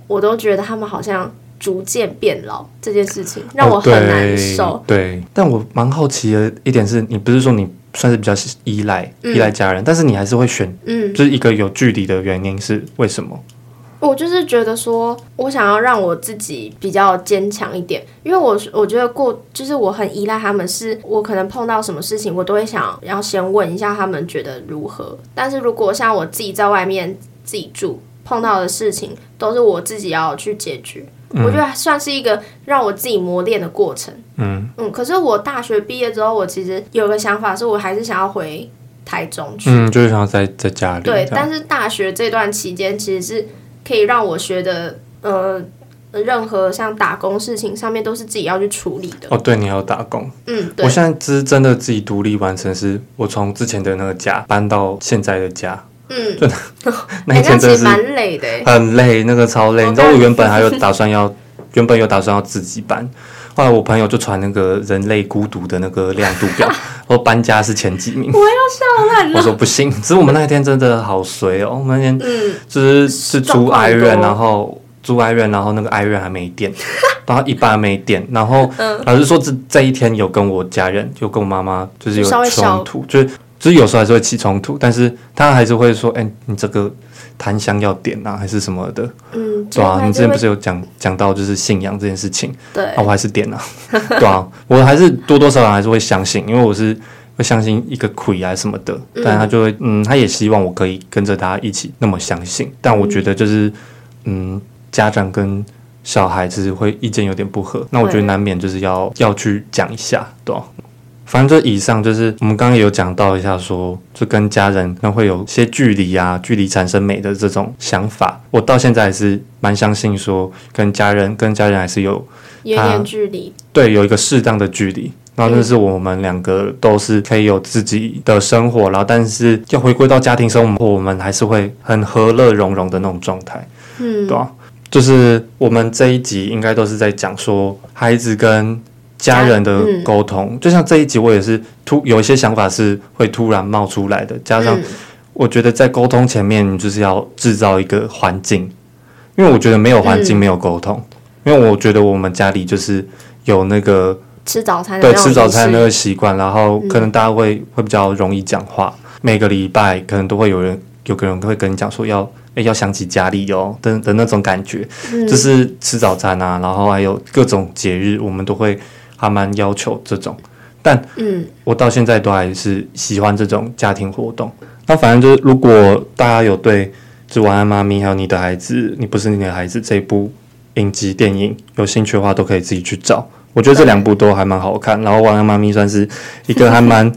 Speaker 2: 我都觉得他们好像逐渐变老这件事情，让我很难受
Speaker 1: 哦。对。对，但我蛮好奇的一点是，你不是说你算是比较依赖、依赖家人，但是你还是会选，
Speaker 2: 嗯，
Speaker 1: 就是一个有距离的原因是为什么？
Speaker 2: 我就是觉得说，我想要让我自己比较坚强一点，因为我我觉得过就是我很依赖他们是，我可能碰到什么事情，我都会想要先问一下他们觉得如何。但是如果像我自己在外面自己住碰到的事情，都是我自己要去解决，我觉得算是一个让我自己磨练的过程。
Speaker 1: 嗯
Speaker 2: 嗯，可是我大学毕业之后，我其实有个想法，是我还是想要回台中去。
Speaker 1: 嗯，就是想要在在家里这
Speaker 2: 对
Speaker 1: 样。，
Speaker 2: 但是大学这段期间其实是可以让我学的，呃，任何像打工事情上面都是自己要去处理的。
Speaker 1: 哦，对，你还有打工。
Speaker 2: 嗯，对
Speaker 1: 我，现在是真的自己独立完成，是我从之前的那个家搬到现在的家，
Speaker 2: 嗯，
Speaker 1: 那一
Speaker 2: 那
Speaker 1: 天真
Speaker 2: 其
Speaker 1: 的
Speaker 2: 实
Speaker 1: 是
Speaker 2: 蛮累哦的欸。
Speaker 1: 很累，那个超累。
Speaker 2: 我
Speaker 1: 你知道我
Speaker 2: 看
Speaker 1: 原本还有打算要，原本有打算要自己搬，后来我朋友就传那个人类孤独的那个亮度 表，说搬家是前几名。我要笑烂了。我说不行，只是我们那一天真的好衰哦，我们那天
Speaker 2: 嗯，
Speaker 1: 就是是
Speaker 2: 状
Speaker 1: 租
Speaker 2: 况
Speaker 1: i r
Speaker 2: 多
Speaker 1: 然后租 i r 然后那个 i r 还没 电，然后一半没电，然后
Speaker 2: 嗯
Speaker 1: 老实说这这一天有跟我家人，有跟我妈妈就是有
Speaker 2: 稍微小
Speaker 1: 冲突，就是就是有时候还是会起冲突，但是她还是会说，哎、你这个檀香要点啊，还是什么的，
Speaker 2: 嗯，
Speaker 1: 对啊，你之前不
Speaker 2: 会
Speaker 1: 是有哦讲讲到就是信仰这件事情，
Speaker 2: 对
Speaker 1: 啊，我还是点了、对啊，我还是多多少少还是会相信，因为我是会相信一个鬼啊什么的，但他就会嗯，他也希望我可以跟着他一起那么相信，但我觉得就是嗯，家长跟小孩子会意见有点不合，那我觉得
Speaker 2: 对
Speaker 1: 难免就是要要去讲一下，对吧、反正就以上就是我们刚刚也有讲到一下说就跟家人那会有些距离啊，距离产生美的这种想法，我到现在还是蛮相信说跟家人跟家人还是有
Speaker 2: 有一点距离，
Speaker 1: 对，有一个适当的距离。然后就是我们两个都是可以有自己的生活，然后但是要回归到家庭生活，我们还是会很和乐融融的那种状态，
Speaker 2: 嗯
Speaker 1: 对，啊吧、就是我们这一集应该都是在讲说孩子跟家人的
Speaker 2: 嗯
Speaker 1: 沟通，就像这一集我也是突有一些想法是会突然冒出来的，加上
Speaker 2: 嗯
Speaker 1: 我觉得在沟通前面，你就是要制造一个环境，因为我觉得没有环境
Speaker 2: 嗯
Speaker 1: 没有沟通，因为我觉得我们家里就是有那个
Speaker 2: 吃早餐的
Speaker 1: 对
Speaker 2: 那种
Speaker 1: 吃早餐
Speaker 2: 仪
Speaker 1: 那
Speaker 2: 式嗯
Speaker 1: 个习惯，然后可能大家会、会比较容易讲话，每个礼拜可能都会有人有个人会跟你讲说要。诶要想起家里哦，的的那种感觉，
Speaker 2: 嗯
Speaker 1: 就是吃早餐啊，然后还有各种节日，我们都会还蛮要求这种。
Speaker 2: 嗯
Speaker 1: 我到现在都还是喜欢这种家庭活动。那反正就是，如果大家有对《就晚安妈咪》还有《你的孩子》，你不是你的孩子这部影集电影有兴趣的话，都可以自己去找。我觉得这两部都还蛮好看。然后《晚安妈咪》算是一个还蛮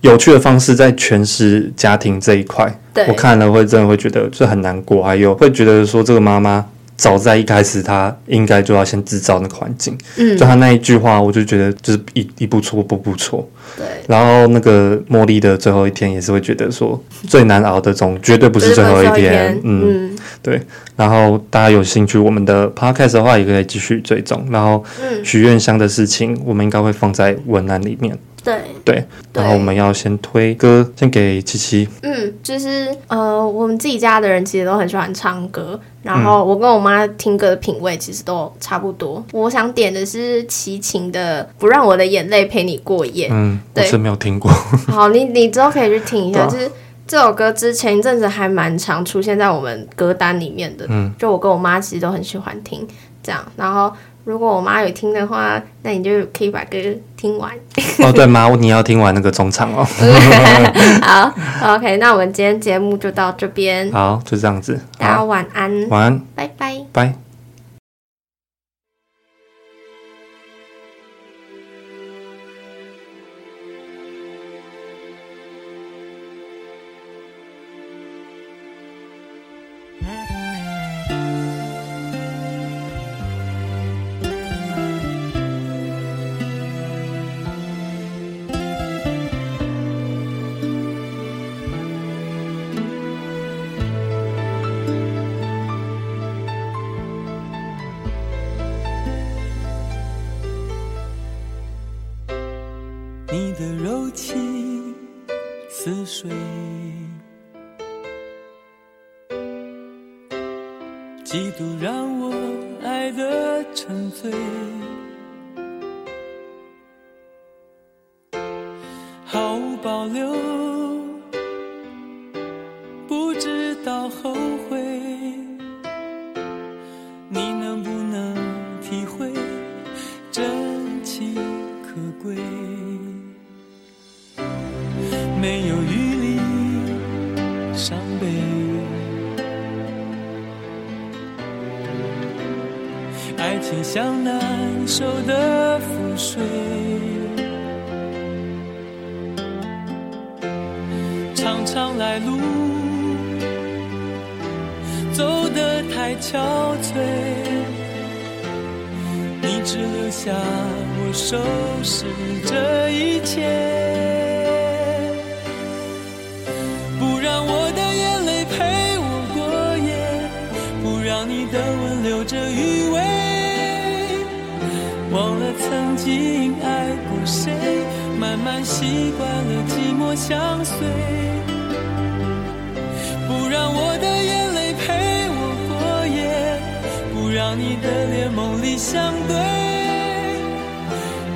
Speaker 1: 有趣的方式，在诠释家庭这一块。
Speaker 2: 对
Speaker 1: 我看了会真的会觉得这很难过，还有会觉得说这个妈妈早在一开始她应该就要先制造那个环境。
Speaker 2: 嗯
Speaker 1: 就她那一句话，我就觉得就是一一步错步步错。
Speaker 2: 对，
Speaker 1: 然后那个茉莉的最后一天也是会觉得说最难熬的总绝对不
Speaker 2: 不
Speaker 1: 是最后一
Speaker 2: 一
Speaker 1: 天，嗯。
Speaker 2: 嗯
Speaker 1: 然后大家有兴趣我们的 podcast 的话，也可以继续追踪。然后
Speaker 2: 嗯
Speaker 1: 许愿箱的事情，我们应该会放在文案里面。
Speaker 2: 对。
Speaker 1: 对，
Speaker 2: 对
Speaker 1: 然后我们要先推歌，先给七七。
Speaker 2: 嗯，就是呃，我们自己家的人其实都很喜欢唱歌，然
Speaker 1: 嗯
Speaker 2: 后我跟我妈听歌的品味其实都差不多。我想点的是齐秦的《不让我的眼泪陪你过夜》。
Speaker 1: 嗯，我
Speaker 2: 对
Speaker 1: 是没有听过。
Speaker 2: 好，你你之后可以去听一
Speaker 1: 对
Speaker 2: 下，
Speaker 1: 啊
Speaker 2: 就是这首歌之前一阵子还蛮常出现在我们歌单里面的，嗯，就我跟我妈其实都很喜欢听这样。然后如果我妈有听的话，那你就可以把歌听 完。
Speaker 1: 哦，对妈，你要听完那个中场 哦。
Speaker 2: 好，OK，那我们今天节目就到这边，
Speaker 1: 好，就这样子。
Speaker 2: 大家
Speaker 1: 好，
Speaker 2: 晚安，
Speaker 1: 晚安，
Speaker 2: 拜拜。
Speaker 1: 拜。
Speaker 4: 你的柔情似水，几度让我爱得沉醉。毫无保留，不知道后悔，你能不能体会真情可贵？没有余力伤悲，爱情像难受的覆水。常常来路走得太憔悴，你只留下我收拾这一切，不让我的眼泪陪我过夜，不让你的吻留着余味。忘了曾经爱过谁，慢慢习惯了寂寞相随。不让我的眼泪陪我过夜，不让你的脸梦里相对。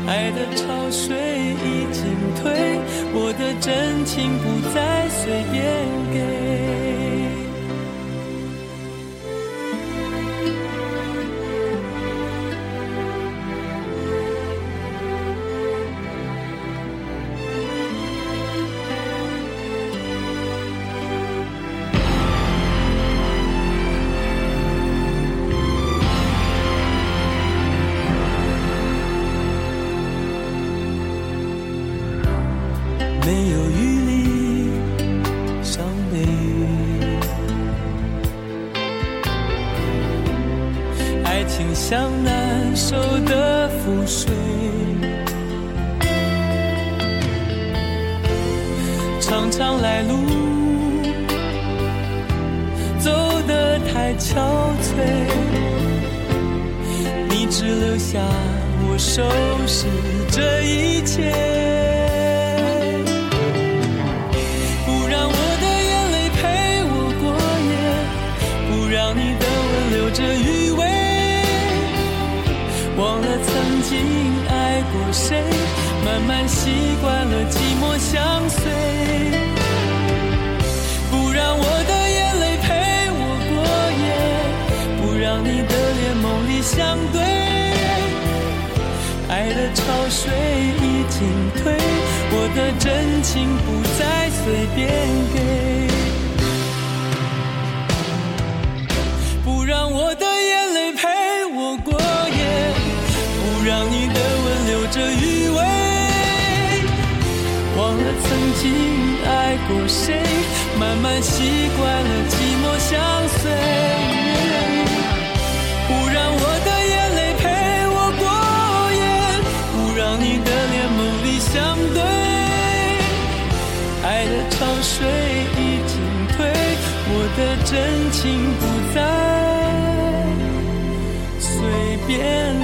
Speaker 4: 爱的潮水已经退，我的真情不再随便给。
Speaker 3: 不
Speaker 4: 没有余力伤悲。爱情像难受的覆水，常常来路走得太憔悴。你只留下我收拾这一切，不让我的眼泪陪我过夜，不让你的吻留着余味，忘了曾经爱过谁，慢慢习惯了寂寞相随，不让我的眼泪陪我过夜。不让你的脸梦里相对。爱的潮水已经退，我的真情不再随便给。不让我的眼泪陪我过夜，不让你的吻留着余味。忘了曾经爱过谁，慢慢习惯了寂寞相随。不让我的眼泪陪我过夜，不让你的脸梦里相对。爱的潮水已经退，我的真情不再随便